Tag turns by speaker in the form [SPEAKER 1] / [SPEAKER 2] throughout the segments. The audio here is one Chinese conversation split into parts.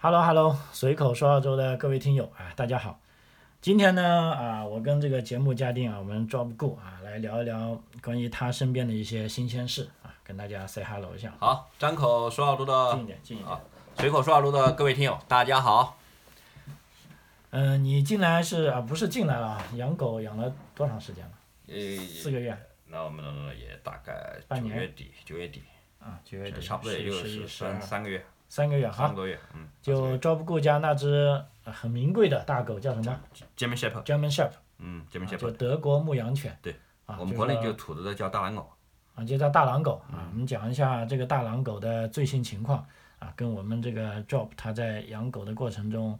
[SPEAKER 1] Hello Hello，随口说澳洲的各位听友啊，大家好。今天呢啊，我跟这个节目嘉宾啊，我们 Job Go 啊，来聊一聊关于他身边的一些新鲜事啊，跟大家 say hello 一下。
[SPEAKER 2] 好，张口说澳洲
[SPEAKER 1] 近
[SPEAKER 2] 的
[SPEAKER 1] 一点，近一点
[SPEAKER 2] 啊。随口说澳洲的各位听友，大家好。
[SPEAKER 1] 嗯、你进来是啊，不是进来了啊？养狗养了多长时间了？
[SPEAKER 2] 呃，
[SPEAKER 1] 四个月
[SPEAKER 2] 那我们也大概
[SPEAKER 1] 半
[SPEAKER 2] 九
[SPEAKER 1] 年
[SPEAKER 2] 月底，九月底，
[SPEAKER 1] 啊，九月底，
[SPEAKER 2] 差不多也就
[SPEAKER 1] 十一、
[SPEAKER 2] 是
[SPEAKER 1] 十二
[SPEAKER 2] 三，三个月，
[SPEAKER 1] 三个月哈
[SPEAKER 2] 三个。多月，嗯，
[SPEAKER 1] 就 Job Go 家那只啊很名贵的大狗叫什么
[SPEAKER 2] German Shepherd，
[SPEAKER 1] ？German Shepherd，啊
[SPEAKER 2] 嗯，German
[SPEAKER 1] 就
[SPEAKER 2] Shepherd，
[SPEAKER 1] 德国牧羊犬。
[SPEAKER 2] 对
[SPEAKER 1] 啊，
[SPEAKER 2] 我们国内
[SPEAKER 1] 这
[SPEAKER 2] 就
[SPEAKER 1] 个
[SPEAKER 2] 土着的叫大蓝狗。
[SPEAKER 1] 啊，就叫大狼狗
[SPEAKER 2] 嗯
[SPEAKER 1] 啊。我们讲一下这个大狼狗的最新情况啊，跟我们这个 Job 他在养狗的过程中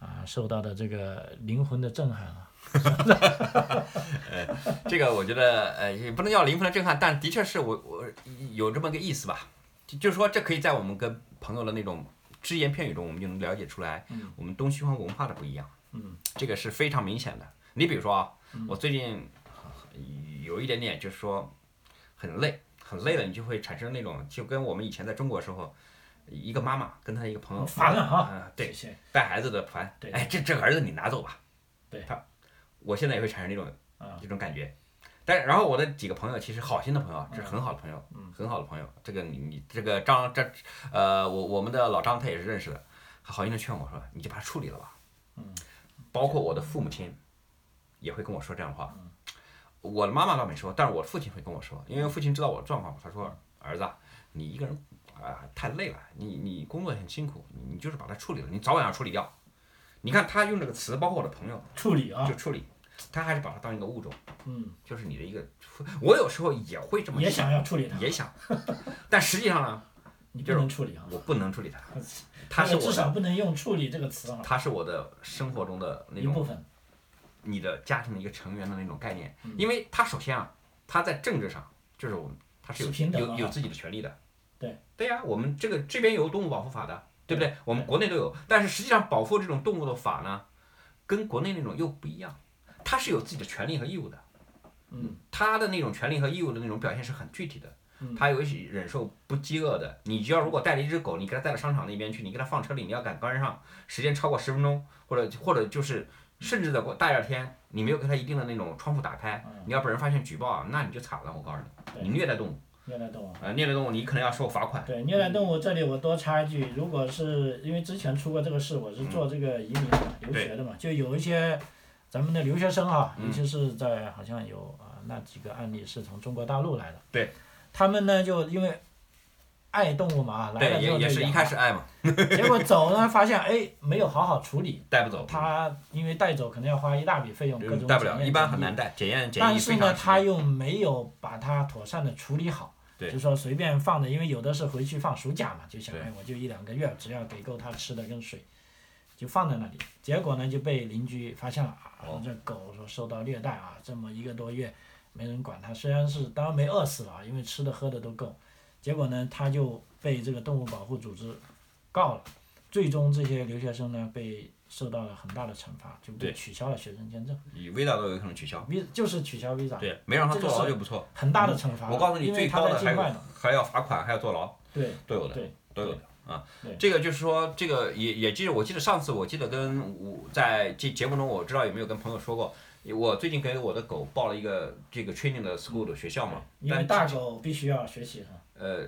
[SPEAKER 1] 啊受到的这个灵魂的震撼啊。
[SPEAKER 2] 这个我觉得，呃，也不能叫零分的震撼，但的确是我我有这么个意思吧，就就是说这可以在我们跟朋友的那种只言片语中，我们就能了解出来，我们东西方文化的不一样，
[SPEAKER 1] 嗯，
[SPEAKER 2] 这个是非常明显的。你比如说啊，我最近有一点点就是说很累，很累了，你就会产生那种就跟我们以前在中国的时候，一个妈妈跟她一个朋友
[SPEAKER 1] 很烦啊哈
[SPEAKER 2] 嗯对，
[SPEAKER 1] 谢谢，
[SPEAKER 2] 带孩子的烦
[SPEAKER 1] 对，
[SPEAKER 2] 哎，这这个儿子你拿走吧。
[SPEAKER 1] 对
[SPEAKER 2] 他，我现在也会产生这种
[SPEAKER 1] 啊
[SPEAKER 2] 这种感觉。但然后我的几个朋友，其实好心的朋友，啊这是
[SPEAKER 1] 嗯
[SPEAKER 2] 很好的朋友，很好的朋友。这个你你这个张这呃，我我们的老张他也是认识的，他好心的劝我说，你就把它处理了吧。嗯，包括我的父母亲也会跟我说这样的话。
[SPEAKER 1] 嗯
[SPEAKER 2] 我的妈妈倒没说，但是我父亲会跟我说，因为父亲知道我的状况，他说儿子啊，你一个人啊、太累了，你你工作很辛苦，你你就是把它处理了，你早晚要处理掉。你看他用这个词，包括我的朋友
[SPEAKER 1] 处理啊
[SPEAKER 2] 就，处理，他还是把它当一个物种，
[SPEAKER 1] 嗯，
[SPEAKER 2] 就是你的一个。我有时候也会这么
[SPEAKER 1] 也想要处理它，
[SPEAKER 2] 也想， 但实际上呢，
[SPEAKER 1] 你不能处理啊。
[SPEAKER 2] 我不能 处理它，它是
[SPEAKER 1] 那个至
[SPEAKER 2] 我的，
[SPEAKER 1] 少不能用“处理”这个词啊，
[SPEAKER 2] 它是我的生活中的那
[SPEAKER 1] 一
[SPEAKER 2] 种
[SPEAKER 1] 部分。
[SPEAKER 2] 你的家庭的一个成员的那种概念，
[SPEAKER 1] 嗯
[SPEAKER 2] 因为他首先啊，他在政治上就是我们他是有
[SPEAKER 1] 是平等的
[SPEAKER 2] 有有自己的权利的，
[SPEAKER 1] 对
[SPEAKER 2] 对呀、我们这个这边有动物保护法的，对不对？我们国内都有，但是实际上保护这种动物的法呢，跟国内那种又不一样，它是有自己的权利和义务的，
[SPEAKER 1] 嗯，
[SPEAKER 2] 他的那种权利和义务的那种表现是很具体的
[SPEAKER 1] 嗯。
[SPEAKER 2] 他有一些忍受不饥饿的，你就要如果带了一只狗，你给它带到商场那边去，你给它放车里，你要赶赶上，时间超过十分钟，或者或者就是甚至在过大热天，你没有给它一定的那种窗户打开，你要被人发现举报啊，那你就惨了，我告诉
[SPEAKER 1] 嗯对呃
[SPEAKER 2] 你，你虐待动物，
[SPEAKER 1] 虐待动物。
[SPEAKER 2] 啊，虐待动物你可能要受罚款。
[SPEAKER 1] 对虐待动物，这里我多插一句，如果是因为之前出过这个事，我是做
[SPEAKER 2] 嗯
[SPEAKER 1] 这个移民的嘛，留学的嘛，就有一些咱们的留学生啊，
[SPEAKER 2] 嗯
[SPEAKER 1] 尤其是在好像有啊那几个案例是从中国大陆来的，
[SPEAKER 2] 对，
[SPEAKER 1] 他们呢就因为爱动物嘛，来
[SPEAKER 2] 对，
[SPEAKER 1] 了之
[SPEAKER 2] 也
[SPEAKER 1] 后
[SPEAKER 2] 也
[SPEAKER 1] 就是
[SPEAKER 2] 一
[SPEAKER 1] 养
[SPEAKER 2] 开始爱嘛，
[SPEAKER 1] 了， 结果走呢发现哎没有好好处理，
[SPEAKER 2] 带不走，
[SPEAKER 1] 他因为带走可能要花一大笔费用，各
[SPEAKER 2] 嗯
[SPEAKER 1] 种
[SPEAKER 2] 带不
[SPEAKER 1] 检
[SPEAKER 2] 了，
[SPEAKER 1] 验
[SPEAKER 2] 一般
[SPEAKER 1] 检
[SPEAKER 2] 很
[SPEAKER 1] 疫
[SPEAKER 2] 难带，检验检疫
[SPEAKER 1] 但是
[SPEAKER 2] 非常
[SPEAKER 1] 呢，他
[SPEAKER 2] 吃力
[SPEAKER 1] 又没有把它妥善的处理好，
[SPEAKER 2] 对
[SPEAKER 1] 就说随便放的，因为有的是回去放暑假嘛，就想
[SPEAKER 2] 对
[SPEAKER 1] 哎，我就一两个月，只要给够它吃的跟水，就放在那里。结果呢，就被邻居发现了啊，
[SPEAKER 2] 哦
[SPEAKER 1] 这狗说受到虐待啊，这么一个多月没人管它，虽然是当然没饿死了啊，因为吃的喝的都够。结果呢，他就被这个动物保护组织告了，最终这些留学生呢被受到了很大的惩罚，就被
[SPEAKER 2] 对
[SPEAKER 1] 取消了学生签证
[SPEAKER 2] 你味道都有可能取消。
[SPEAKER 1] ，visa 就是取消 visa。
[SPEAKER 2] 对，没让他
[SPEAKER 1] 这个
[SPEAKER 2] 坐牢
[SPEAKER 1] 是
[SPEAKER 2] 就不错。
[SPEAKER 1] 很大的惩罚了。
[SPEAKER 2] 我告诉你，
[SPEAKER 1] 因为
[SPEAKER 2] 最
[SPEAKER 1] 他
[SPEAKER 2] 高
[SPEAKER 1] 在
[SPEAKER 2] 的还
[SPEAKER 1] 境外
[SPEAKER 2] 有
[SPEAKER 1] 呢。
[SPEAKER 2] 还要罚款，还要坐牢，
[SPEAKER 1] 对
[SPEAKER 2] 都有的。
[SPEAKER 1] 对，
[SPEAKER 2] 都有的啊
[SPEAKER 1] 对。
[SPEAKER 2] 这个就是说，这个也也记得，我记得上次我记得跟我在这节目中，我知道有没有跟朋友说过，我最近给我的狗报了一个这个 training 的 school 的学校嘛，
[SPEAKER 1] 因为大
[SPEAKER 2] 但
[SPEAKER 1] 狗必须要学习哈，
[SPEAKER 2] 呃，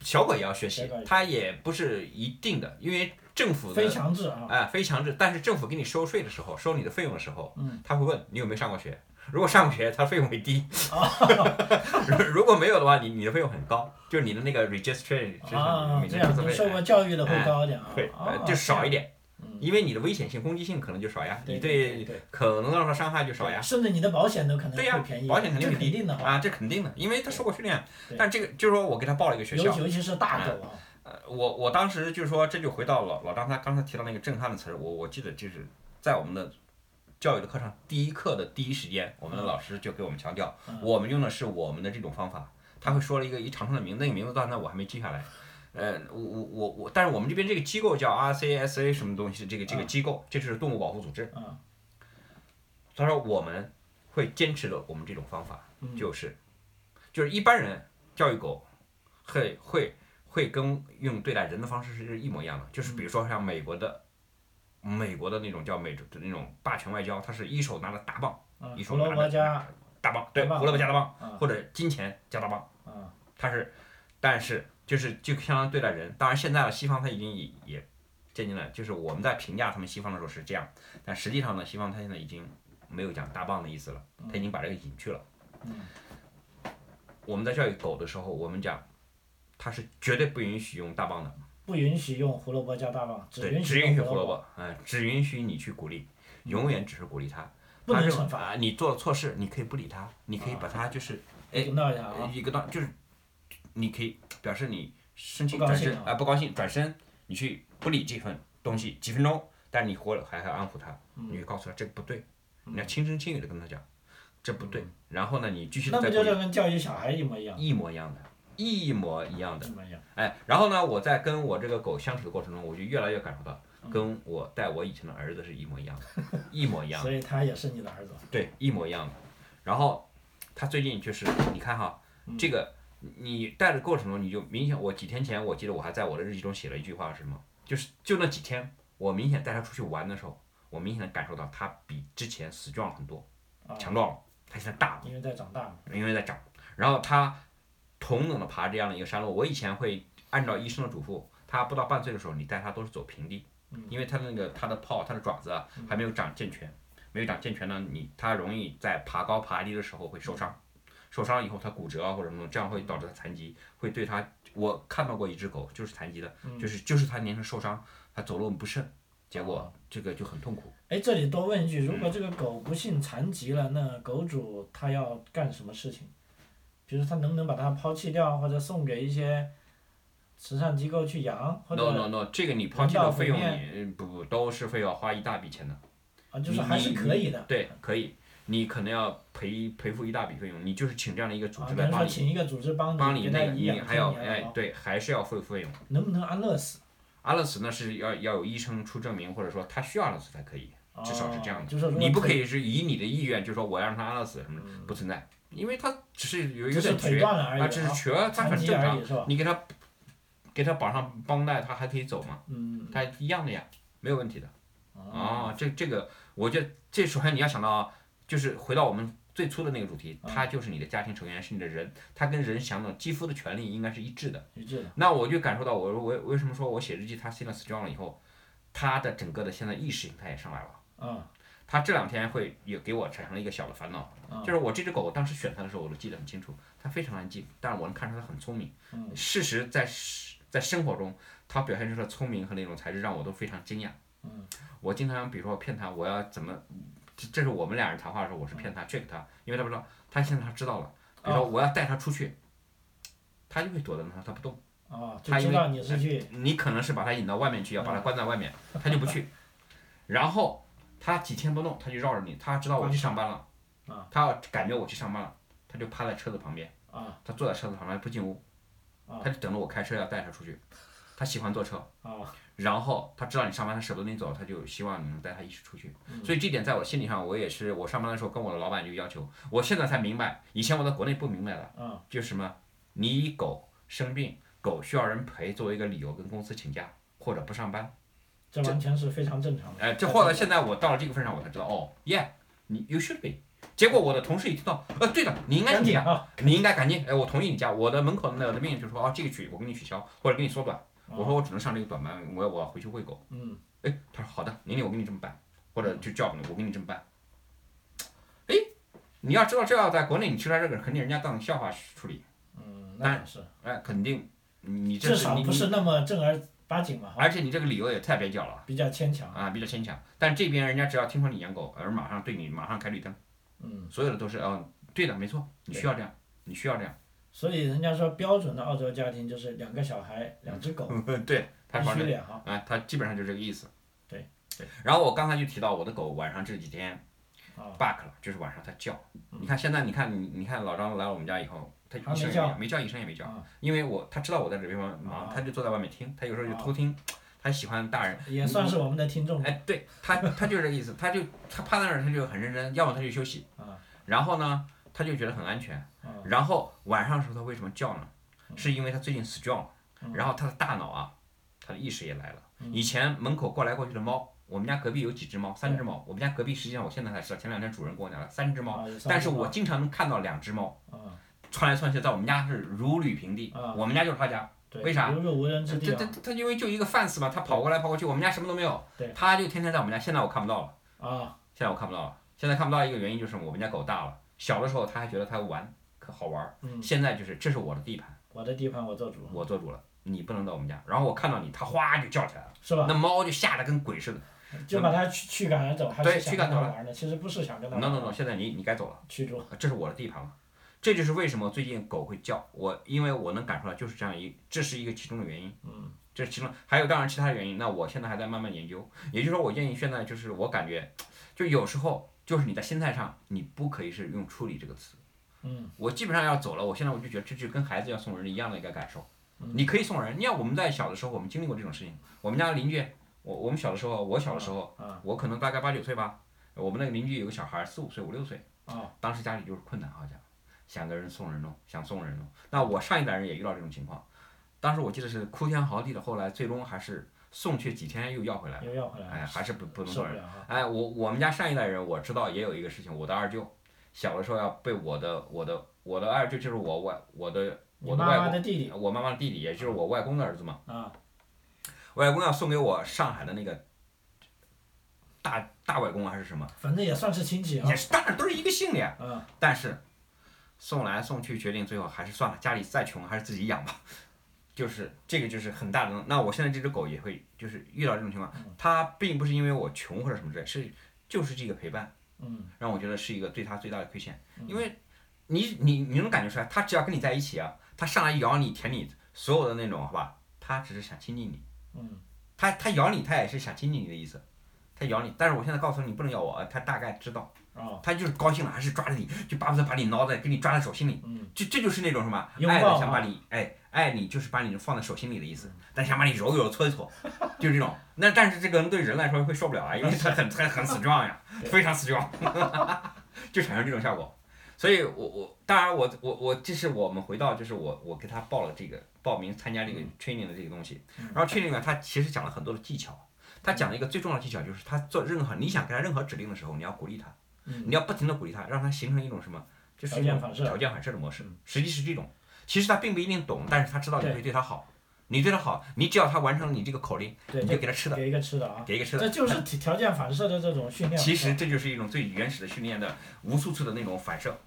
[SPEAKER 2] 小狗也要学习
[SPEAKER 1] 小狗也，
[SPEAKER 2] 它也不是一定的，因为政府的
[SPEAKER 1] 非强制啊。
[SPEAKER 2] 哎，非强制，但是政府给你收税的时候，收你的费用的时候，
[SPEAKER 1] 嗯
[SPEAKER 2] 他会问你有没有上过学。如果上过学，他费用会低；
[SPEAKER 1] 哦
[SPEAKER 2] 如如果没有的话，你你的费用很高，就是你的那个 registration
[SPEAKER 1] 啊，
[SPEAKER 2] 你
[SPEAKER 1] 这
[SPEAKER 2] 的
[SPEAKER 1] 样
[SPEAKER 2] 注
[SPEAKER 1] 就
[SPEAKER 2] 册费
[SPEAKER 1] 受过教育的会
[SPEAKER 2] 哎
[SPEAKER 1] 高一点啊，
[SPEAKER 2] 会
[SPEAKER 1] 啊
[SPEAKER 2] 呃就少一点
[SPEAKER 1] 嗯，
[SPEAKER 2] 因为你的危险性、攻击性可能就少呀，
[SPEAKER 1] 对
[SPEAKER 2] 你
[SPEAKER 1] 对对对
[SPEAKER 2] 可能造成的伤害就
[SPEAKER 1] 这
[SPEAKER 2] 少
[SPEAKER 1] 样
[SPEAKER 2] 呀，
[SPEAKER 1] 甚至你的保险都可能
[SPEAKER 2] 对呀
[SPEAKER 1] 会便宜，
[SPEAKER 2] 保险肯定
[SPEAKER 1] 这
[SPEAKER 2] 会低
[SPEAKER 1] 肯定的啊。
[SPEAKER 2] 啊，这肯定的，因为他受过训练
[SPEAKER 1] 对。
[SPEAKER 2] 但这个就是说我给他报了一个学
[SPEAKER 1] 尤
[SPEAKER 2] 校，
[SPEAKER 1] 尤其是大狗啊，
[SPEAKER 2] 呃，我我当时就是说，这就回到老老张他刚才提到那个震撼的词儿，我我记得就是在我们的教育的课上第一课的第一时间，我们的老师就给我们强调，
[SPEAKER 1] 嗯
[SPEAKER 2] 我们用的是我们的这种方法。他会说了一个一长串的名字，那个名字到现在我还没记下来。呃，我我我我，但是我们这边这个机构叫 RCSA 什么东西，这个这个机构，这是动物保护组织。
[SPEAKER 1] 嗯
[SPEAKER 2] 他说我们会坚持的我们这种方法，
[SPEAKER 1] 嗯
[SPEAKER 2] 就是就是一般人教育狗会会会跟用对待人的方式是一模一样的，
[SPEAKER 1] 嗯
[SPEAKER 2] 就是比如说像美国的，美国的那种叫美的那种霸权外交，他是一手拿着大棒，
[SPEAKER 1] 啊
[SPEAKER 2] 一，手
[SPEAKER 1] 胡萝
[SPEAKER 2] 拿
[SPEAKER 1] 卜
[SPEAKER 2] 着
[SPEAKER 1] 加
[SPEAKER 2] 大棒，对，
[SPEAKER 1] 大棒
[SPEAKER 2] 胡萝卜加大棒，
[SPEAKER 1] 啊
[SPEAKER 2] 或者金钱加大棒，
[SPEAKER 1] 啊
[SPEAKER 2] 他是，但是就是就相当于对待人，当然现在的西方他已经也也渐进了，就是我们在评价他们西方的时候是这样，但实际上呢，西方他现在已经没有讲大棒的意思了，他已经把这个隐去了。
[SPEAKER 1] 嗯
[SPEAKER 2] 我们在教育狗的时候，我们讲，它是绝对不允许用大棒的，
[SPEAKER 1] 不允许用胡萝卜加大棒，只
[SPEAKER 2] 对，
[SPEAKER 1] 允
[SPEAKER 2] 只
[SPEAKER 1] 许
[SPEAKER 2] 允许
[SPEAKER 1] 用
[SPEAKER 2] 胡萝
[SPEAKER 1] 卜，嗯
[SPEAKER 2] 卜，嗯，只允许你去鼓励，永远只是鼓励它。
[SPEAKER 1] 不
[SPEAKER 2] 它
[SPEAKER 1] 能
[SPEAKER 2] 是
[SPEAKER 1] 惩罚，
[SPEAKER 2] 啊你做了错事，你可以不理它，你可以把它就是哎
[SPEAKER 1] 听到一下啊。
[SPEAKER 2] 一个当就是，你可以表示你生气
[SPEAKER 1] 不高
[SPEAKER 2] 转
[SPEAKER 1] 兴
[SPEAKER 2] 身
[SPEAKER 1] 啊
[SPEAKER 2] 啊不高兴转身，你去不理这份东西几分钟，但你活了还要安抚它，
[SPEAKER 1] 嗯
[SPEAKER 2] 你就告诉他这个不对，你要轻声轻语的跟他讲，这不对，然后呢你继续
[SPEAKER 1] 嗯那
[SPEAKER 2] 再
[SPEAKER 1] 不
[SPEAKER 2] 鼓
[SPEAKER 1] 就是
[SPEAKER 2] 励，
[SPEAKER 1] 跟教育小孩一模一样？
[SPEAKER 2] 一模一样的，一模一样的
[SPEAKER 1] 一。模一样。
[SPEAKER 2] 哎，然后呢，我在跟我这个狗相处的过程中，我就越来越感受到，
[SPEAKER 1] 嗯
[SPEAKER 2] 跟我带我以前的儿子是一模一样 的，一模一样的，
[SPEAKER 1] 所以他也是你的儿子。
[SPEAKER 2] 对，一模一样的。然后他最近就是，你看哈，这个你带的过程中，你就明显，我几天前我记得我还在我的日记中写了一句话，是什么？就是就那几天，我明显带他出去玩的时候，我明显的感受到他比之前 strong 很多，
[SPEAKER 1] 啊，
[SPEAKER 2] 强壮了，他现在大了。
[SPEAKER 1] 因为在长大嘛。
[SPEAKER 2] 因为在长。然后他同等的爬这样的一个山路，我以前会按照医生的嘱咐，他不到半岁的时候，你带他都是走平地，因为他的那个他的泡他的爪子啊还没有长健全，没有长健全呢，你他容易在爬高爬低的时候会受伤，受伤以后他骨折啊或者什么，这样会导致他残疾，会对他我看到过一只狗就是残疾的，就是就是他年轻受伤，他走路不慎，结果这个就很痛苦。
[SPEAKER 1] 哎，这里多问一句，如
[SPEAKER 2] 嗯
[SPEAKER 1] 果这个狗不幸残疾了，那狗主他要干什么事情？比如他能不能把它抛弃掉，或者送给一些慈善机构去养，或
[SPEAKER 2] No
[SPEAKER 1] 者
[SPEAKER 2] no no，这个你抛弃
[SPEAKER 1] 人道
[SPEAKER 2] 的
[SPEAKER 1] 毁
[SPEAKER 2] 费用
[SPEAKER 1] 灭
[SPEAKER 2] 你嗯不不都是会要花一大笔钱的。
[SPEAKER 1] 啊，就是
[SPEAKER 2] 你
[SPEAKER 1] 还是
[SPEAKER 2] 你
[SPEAKER 1] 可以的。
[SPEAKER 2] 对，可以，你可能要赔赔付一大笔费用，你就是请这样的一个组
[SPEAKER 1] 啊，
[SPEAKER 2] 织
[SPEAKER 1] 等
[SPEAKER 2] 来
[SPEAKER 1] 于说
[SPEAKER 2] 帮你，
[SPEAKER 1] 请一个组织帮
[SPEAKER 2] 帮
[SPEAKER 1] 你
[SPEAKER 2] 你
[SPEAKER 1] 给它
[SPEAKER 2] 那个，
[SPEAKER 1] 颐
[SPEAKER 2] 你
[SPEAKER 1] 养
[SPEAKER 2] 还要
[SPEAKER 1] 天啊
[SPEAKER 2] 哎
[SPEAKER 1] 年，
[SPEAKER 2] 对，还是要付费用。
[SPEAKER 1] 能不能安乐死？
[SPEAKER 2] 安乐死呢是要要有医生出证明，或者说他需要安乐死才可以，至少是这样
[SPEAKER 1] 哦
[SPEAKER 2] 的。
[SPEAKER 1] 就是说如果
[SPEAKER 2] 你不
[SPEAKER 1] 腿
[SPEAKER 2] 可以是以你的意愿，就说我要让他安乐死什么的，不存在，因为他只是有有
[SPEAKER 1] 只是
[SPEAKER 2] 点
[SPEAKER 1] 腿
[SPEAKER 2] 瘸，
[SPEAKER 1] 断了而已
[SPEAKER 2] 啊，只是
[SPEAKER 1] 啊，
[SPEAKER 2] 瘸，他
[SPEAKER 1] 残
[SPEAKER 2] 很
[SPEAKER 1] 疾
[SPEAKER 2] 正
[SPEAKER 1] 而
[SPEAKER 2] 常
[SPEAKER 1] 已，是啊吧？
[SPEAKER 2] 你给他给他绑上绷带，他还可以走嘛，
[SPEAKER 1] 嗯，
[SPEAKER 2] 他一样的呀，没有问题的。
[SPEAKER 1] 哦，
[SPEAKER 2] 哦，这这个，我觉得这首先你要想到啊，就是回到我们最初的那个主题，他就是你的家庭成员，是你的人，他跟人享有肌肤的权利应该是一致的。
[SPEAKER 1] 一致的，
[SPEAKER 2] 那我就感受到我，我我为什么说我写日记，他 s e e n strong 了以后，他的整个的现在意识形态也上来了。
[SPEAKER 1] 啊，
[SPEAKER 2] 他这两天会也给我产生了一个小的烦恼，就是我这只狗，我当时选它的时候，我都记得很清楚，它非常安静，但是我能看出它很聪明。事实在是在生活中，它表现出的聪明和那种才智让我都非常惊讶。我经常比如说骗它，我要怎么，这这是我们俩人谈话的时候，我是骗它 trick 它，因为它不知道，它现在它知道了，比如说我要带它出去，它就会躲在那儿，它不动。
[SPEAKER 1] 啊，就
[SPEAKER 2] 他因
[SPEAKER 1] 知
[SPEAKER 2] 为哎
[SPEAKER 1] 道你是去
[SPEAKER 2] 你可能是把它引到外面去，要把它关在外面，
[SPEAKER 1] 嗯
[SPEAKER 2] 它就不去。然后它几天不弄，它就绕着你，它知道我去上班了，它要感觉我去上班了，它就趴在车子旁边，
[SPEAKER 1] 啊
[SPEAKER 2] 它坐在车子旁边不进屋，它就等着我开车要带它出去。它喜欢坐车，
[SPEAKER 1] 啊，
[SPEAKER 2] 然后它知道你上班，它舍不得你走，它就希望你能带它一起出去。
[SPEAKER 1] 嗯
[SPEAKER 2] 所以这点在我心理上，我也是我上班的时候跟我的老板就要求，我现在才明白，以前我在国内不明白的，
[SPEAKER 1] 嗯
[SPEAKER 2] 就是什么，你以狗生病，狗需要人陪作为一个理由跟公司请假或者不上班。
[SPEAKER 1] 这完全是非常正常的。
[SPEAKER 2] 哎，这后来现在我到了这个份上，我才知道，哦，yeah，你 you should be。结果我的同事一听到，呃，对的，你应该
[SPEAKER 1] 赶紧
[SPEAKER 2] 请假，
[SPEAKER 1] 啊，
[SPEAKER 2] 你应该赶紧，哎，我同意你假。我的门口的那个命令就说，哦，这个取我给你取消，或者给你缩短。我说我只能上这个短班，我我要回去喂狗。
[SPEAKER 1] 嗯，
[SPEAKER 2] 哎，他说好的，玲玲，我给你这么办，或者就叫你，我给你这么办。哎，你要知道，这要在国内你去他这个，肯定人家当笑话处理。
[SPEAKER 1] 嗯，那也是，
[SPEAKER 2] 哎，肯定，你你这
[SPEAKER 1] 至少
[SPEAKER 2] 你
[SPEAKER 1] 不
[SPEAKER 2] 你
[SPEAKER 1] 是那么正儿八经嘛，哈
[SPEAKER 2] 而且你这个理由也太蹩脚了
[SPEAKER 1] 比较牵强。
[SPEAKER 2] 啊，比较牵强。但这边人家只要听说你养狗，而马上对你马上开绿灯，
[SPEAKER 1] 嗯，
[SPEAKER 2] 所有的都是嗯，对的，没错，你需要这样，你需要这样，
[SPEAKER 1] 所以人家说标准的澳洲家庭就是两个小孩，两只狗，
[SPEAKER 2] 嗯，对，他
[SPEAKER 1] 必
[SPEAKER 2] 反
[SPEAKER 1] 须
[SPEAKER 2] 正
[SPEAKER 1] 得哈。
[SPEAKER 2] 哎，他基本上就这个意思。
[SPEAKER 1] 对
[SPEAKER 2] 对。然后我刚才就提到我的狗晚上这几天
[SPEAKER 1] 啊嗯
[SPEAKER 2] bark 了，就是晚上它叫。你看现在，你看你你看老张来我们家以后，它
[SPEAKER 1] 还
[SPEAKER 2] 一
[SPEAKER 1] 没
[SPEAKER 2] 声也
[SPEAKER 1] 叫
[SPEAKER 2] 没没叫，一声也没叫
[SPEAKER 1] 啊，
[SPEAKER 2] 因为我它知道我在这边忙
[SPEAKER 1] 啊
[SPEAKER 2] 忙，它就坐在外面听，它有时候就
[SPEAKER 1] 啊
[SPEAKER 2] 偷听，它喜欢大人。
[SPEAKER 1] 也算是我们的听众。
[SPEAKER 2] 哎，对他，他就是这个意思，他就他趴在那儿，他就很认真，要么他就休息，
[SPEAKER 1] 啊
[SPEAKER 2] 然后呢，
[SPEAKER 1] 嗯
[SPEAKER 2] 他就觉得很安全，然后晚上的时候他为什么叫呢？是因为他最近 strong，然后它的大脑啊，它的意识也来了。
[SPEAKER 1] 嗯
[SPEAKER 2] 以前门口过来过去的猫，我们家隔壁有几只猫，三只猫。我们家隔壁实际上我现在才知道，前两天主人跟我讲了三只猫，
[SPEAKER 1] 啊有三
[SPEAKER 2] 但
[SPEAKER 1] 只
[SPEAKER 2] 是
[SPEAKER 1] 猫
[SPEAKER 2] 我经常能看到两只猫
[SPEAKER 1] 啊，
[SPEAKER 2] 窜来窜去，在我们家是如履平地
[SPEAKER 1] 啊。
[SPEAKER 2] 我们家就是他家，
[SPEAKER 1] 对，
[SPEAKER 2] 为啥
[SPEAKER 1] 如若无人
[SPEAKER 2] 这
[SPEAKER 1] 之地
[SPEAKER 2] 这
[SPEAKER 1] 啊
[SPEAKER 2] 这它因为就一个 fans 嘛，它跑过来跑过去，我们家什么都没有
[SPEAKER 1] 对，
[SPEAKER 2] 它就天天在我们家。现在我看不到了，
[SPEAKER 1] 啊，
[SPEAKER 2] 现在我看不到了，现在看不到一个原因就是我们家狗大了，小的时候它还觉得它玩可好玩儿，
[SPEAKER 1] 嗯，
[SPEAKER 2] 现在就是这是我的地盘。
[SPEAKER 1] 我的地盘我做主，
[SPEAKER 2] 我做主了，你不能到我们家。然后我看到你，它哗就叫起来了，
[SPEAKER 1] 是吧？
[SPEAKER 2] 那猫就吓得跟鬼似的。
[SPEAKER 1] 就把它驱驱赶走，还
[SPEAKER 2] 对
[SPEAKER 1] 是想
[SPEAKER 2] 驱赶
[SPEAKER 1] 跟它
[SPEAKER 2] 走了
[SPEAKER 1] 玩呢？其实不是想跟它
[SPEAKER 2] no
[SPEAKER 1] 玩
[SPEAKER 2] no no，现在你你该走了，
[SPEAKER 1] 驱逐，
[SPEAKER 2] 这是我的地盘了。这就是为什么最近狗会叫我，因为我能感受到就是这样一，这是一个其中的原因。
[SPEAKER 1] 嗯，
[SPEAKER 2] 这是其中还有当然其他的原因。那我现在还在慢慢研究，也就是说我建议现在就是我感觉，就有时候就是你在心态上你不可以是用处理这个词。
[SPEAKER 1] 嗯，
[SPEAKER 2] 我基本上要走了，我现在我就觉得这就跟孩子要送人一样的一个感受
[SPEAKER 1] 嗯。
[SPEAKER 2] 你可以送人，你看我们在小的时候，我们经历过这种事情。我们家邻居，我我们小的时候，我小的时候，
[SPEAKER 1] 啊
[SPEAKER 2] 我可能大概八九岁吧，我们那个邻居有个小孩，四五岁、五六岁，
[SPEAKER 1] 啊
[SPEAKER 2] 当时家里就是困难，好像想个人送人弄，想送人弄。那我上一代人也遇到这种情况，当时我记得是哭天嚎地的，后来最终还是送去几天又要回来了，
[SPEAKER 1] 又要回来
[SPEAKER 2] 哎，
[SPEAKER 1] 了，
[SPEAKER 2] 还是不不能
[SPEAKER 1] 受
[SPEAKER 2] 送人
[SPEAKER 1] 不。了啊，
[SPEAKER 2] 哎，我我们家上一代人我知道也有一个事情，我的二舅小的时候要被我的我的我的二舅就是我外我的
[SPEAKER 1] 你
[SPEAKER 2] 我的
[SPEAKER 1] 妈
[SPEAKER 2] 外
[SPEAKER 1] 妈
[SPEAKER 2] 公
[SPEAKER 1] 的弟弟
[SPEAKER 2] 我妈妈的弟弟，也就是我外公的儿子嘛。
[SPEAKER 1] 啊
[SPEAKER 2] 外公要送给我上海的那个大大外公还是什么，
[SPEAKER 1] 反正也算是亲戚啊
[SPEAKER 2] 也，是当然都是一个姓的呀，
[SPEAKER 1] 啊，
[SPEAKER 2] 但是送来送去，决定最后还是算了，家里再穷还是自己养吧。就是这个就是很大的。那我现在这只狗也会就是遇到这种情况，
[SPEAKER 1] 嗯
[SPEAKER 2] 它并不是因为我穷或者什么之类，是就是这个陪伴。
[SPEAKER 1] 嗯，
[SPEAKER 2] 让我觉得是一个对它最大的亏欠，因为你你你能感觉出来，它只要跟你在一起啊，它上来咬你舔你，所有的那种好吧，它只是想亲近你，
[SPEAKER 1] 嗯，
[SPEAKER 2] 它它咬你，它也是想亲近你的意思，它咬你，但是我现在告诉你不能咬我，它大概知道，
[SPEAKER 1] 啊，
[SPEAKER 2] 它就是高兴了，还是抓着你，就巴不得把你挠在，给你抓在手心里，
[SPEAKER 1] 嗯，
[SPEAKER 2] 这这就是那种什么
[SPEAKER 1] 拥
[SPEAKER 2] 爱
[SPEAKER 1] 抱
[SPEAKER 2] 的想
[SPEAKER 1] 嘛
[SPEAKER 2] 把你哎爱你就是把你放在手心里的意思，但想把你揉一揉搓一搓，就是这种。那但是这个人对人来说会受不了啊，因为他很他很 strong 呀，非常 strong，就产生这种效果。所以我我当然我我我这是我们回到就是我我给他报了这个报名参加这个
[SPEAKER 1] 嗯
[SPEAKER 2] training 的这个东西，然后 training 呢他其实讲了很多的技巧。他讲了一个最重要的技巧，就是他做任何你想给他任何指令的时候，你要鼓励他，
[SPEAKER 1] 嗯
[SPEAKER 2] 你要不停的鼓励他，让他形成一种什么，就是
[SPEAKER 1] 条
[SPEAKER 2] 一种
[SPEAKER 1] 件反射
[SPEAKER 2] 条件反射的模式，实际是这种。其实他并不一定懂，但是他知道你
[SPEAKER 1] 对
[SPEAKER 2] 会对他好，你对他好，你只要他完成了你这个口令，
[SPEAKER 1] 对，
[SPEAKER 2] 你就给他吃的，
[SPEAKER 1] 给一个吃的啊，
[SPEAKER 2] 给一个吃
[SPEAKER 1] 这
[SPEAKER 2] 的。
[SPEAKER 1] 就是体条件反射的这种训练。
[SPEAKER 2] 其实这就是一种最原始的训练的无数次的那种反射。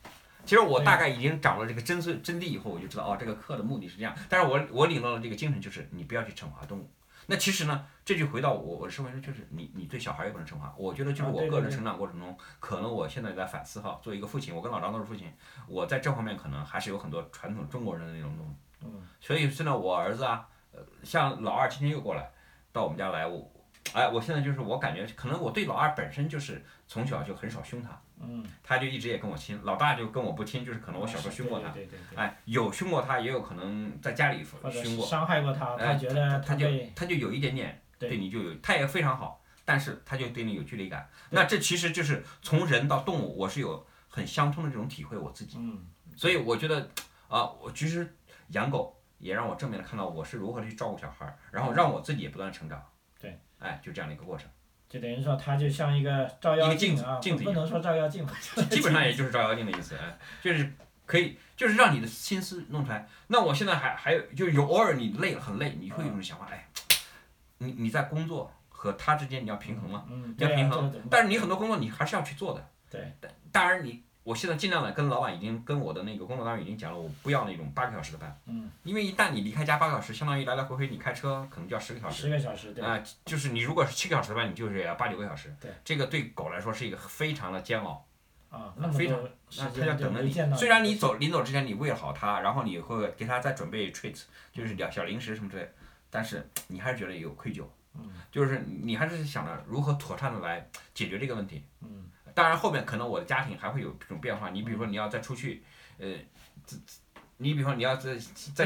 [SPEAKER 2] 其实我大概已经掌握了这个真真真谛以后，我就知道哦，这个课的目的是这样。但是我我领到了这个精神，就是你不要去惩罚动物。那其实呢，这就回到我我的身为就是你你对小孩也不能惩罚。我觉得就是
[SPEAKER 1] 啊
[SPEAKER 2] 我
[SPEAKER 1] 对
[SPEAKER 2] 个
[SPEAKER 1] 对
[SPEAKER 2] 人
[SPEAKER 1] 对
[SPEAKER 2] 成长过程中，可能我现在在反思哈，作为一个父亲，我跟老张都是父亲，我在这方面可能还是有很多传统中国人的那种东西。
[SPEAKER 1] 嗯，
[SPEAKER 2] 所以现在我儿子啊，呃，像老二今天又过来到我们家来，我，哎，我现在就是我感觉可能我对老二本身就是从小就很少凶他，
[SPEAKER 1] 嗯，啊
[SPEAKER 2] 他就一直也跟我亲，老大就跟我不亲，就是可能我小时候凶过他，
[SPEAKER 1] 对对对对，
[SPEAKER 2] 哎，有凶过他，也有可能在家里
[SPEAKER 1] 或者
[SPEAKER 2] 凶
[SPEAKER 1] 是
[SPEAKER 2] 过，
[SPEAKER 1] 伤害过他，他
[SPEAKER 2] 哎，
[SPEAKER 1] 觉得
[SPEAKER 2] 他就
[SPEAKER 1] 被
[SPEAKER 2] 他就有一点点
[SPEAKER 1] 对
[SPEAKER 2] 对你就有，他也非常好，但是他就对你有距离感，
[SPEAKER 1] 对
[SPEAKER 2] 那这其实就是从人到动物，我是有很相通的这种体会，我自己。
[SPEAKER 1] 嗯
[SPEAKER 2] 所以我觉得啊，我其实养狗也让我正面的看到我是如何去照顾小孩儿，然后让我自己也不断地成长。
[SPEAKER 1] 对，
[SPEAKER 2] 哎，就这样的一个过 程，
[SPEAKER 1] 就等于说他就像一个照
[SPEAKER 2] 一
[SPEAKER 1] 妖
[SPEAKER 2] 个镜子
[SPEAKER 1] 啊，
[SPEAKER 2] 镜子一
[SPEAKER 1] 不
[SPEAKER 2] 样
[SPEAKER 1] 能说照妖镜吧，
[SPEAKER 2] 基本上也就是照妖镜的意思，哎，就是可以，就是让你的心思弄出来。那我现在还还有，就是有偶尔你累了很累，你会有一种想法，哎，你你在工作和他之间你要平衡嘛，
[SPEAKER 1] 嗯，
[SPEAKER 2] 你要
[SPEAKER 1] 对
[SPEAKER 2] 平
[SPEAKER 1] 啊，这个
[SPEAKER 2] 衡
[SPEAKER 1] 怎么，
[SPEAKER 2] 但是你很多工作你还是要去做的。
[SPEAKER 1] 对，
[SPEAKER 2] 当然你，我现在尽量的跟老板已经跟我的那个工作单位已经讲了，我不要那种八个小时的班，
[SPEAKER 1] 嗯，
[SPEAKER 2] 因为一旦你离开家八个小时，相当于来来回回你开车可能就要十个小时，
[SPEAKER 1] 十个小时对，
[SPEAKER 2] 啊、就是你如果是七个小时的班，你就是也要八九个小时，
[SPEAKER 1] 对，
[SPEAKER 2] 这个对狗来说是一个非常的煎熬，
[SPEAKER 1] 啊，那么
[SPEAKER 2] 非常
[SPEAKER 1] 多
[SPEAKER 2] 那
[SPEAKER 1] 时
[SPEAKER 2] 它要
[SPEAKER 1] 间就
[SPEAKER 2] 等着
[SPEAKER 1] 没
[SPEAKER 2] 你
[SPEAKER 1] 见到，
[SPEAKER 2] 虽然你走临走之前你喂好它，然后你会给它再准备 treat，就是点小零食什么之类的，但是你还是觉得有愧疚，
[SPEAKER 1] 嗯，
[SPEAKER 2] 就是你还是想着如何妥善的来解决这个问题，
[SPEAKER 1] 嗯，
[SPEAKER 2] 当然后面可能我的家庭还会有这种变化，你比如说你要再出去，呃，自自你比如说你要再再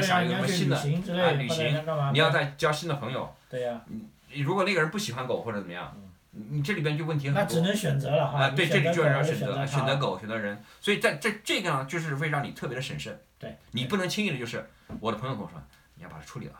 [SPEAKER 1] 对啊
[SPEAKER 2] 想一
[SPEAKER 1] 你要
[SPEAKER 2] 个什么
[SPEAKER 1] 去
[SPEAKER 2] 新
[SPEAKER 1] 旅
[SPEAKER 2] 的，
[SPEAKER 1] 行之类
[SPEAKER 2] 啊
[SPEAKER 1] 的，
[SPEAKER 2] 旅
[SPEAKER 1] 或者
[SPEAKER 2] 行
[SPEAKER 1] 要干嘛
[SPEAKER 2] 你要
[SPEAKER 1] 的
[SPEAKER 2] 再交新的朋友。
[SPEAKER 1] 对呀，
[SPEAKER 2] 如果那个人不喜欢狗或者怎么样，你这里边就问题
[SPEAKER 1] 嗯那
[SPEAKER 2] 很
[SPEAKER 1] 只
[SPEAKER 2] 多。
[SPEAKER 1] 能选择了哈，
[SPEAKER 2] 啊，
[SPEAKER 1] 你
[SPEAKER 2] 对，这
[SPEAKER 1] 选择
[SPEAKER 2] 里就是
[SPEAKER 1] 狗
[SPEAKER 2] 要
[SPEAKER 1] 还是
[SPEAKER 2] 选择
[SPEAKER 1] 选
[SPEAKER 2] 选择
[SPEAKER 1] 它，
[SPEAKER 2] 狗，选择人，所以在这这个呢，就是会让你特别的审慎。
[SPEAKER 1] 对，
[SPEAKER 2] 你不能轻易的，就是我的朋友跟我说，你要把它处理了，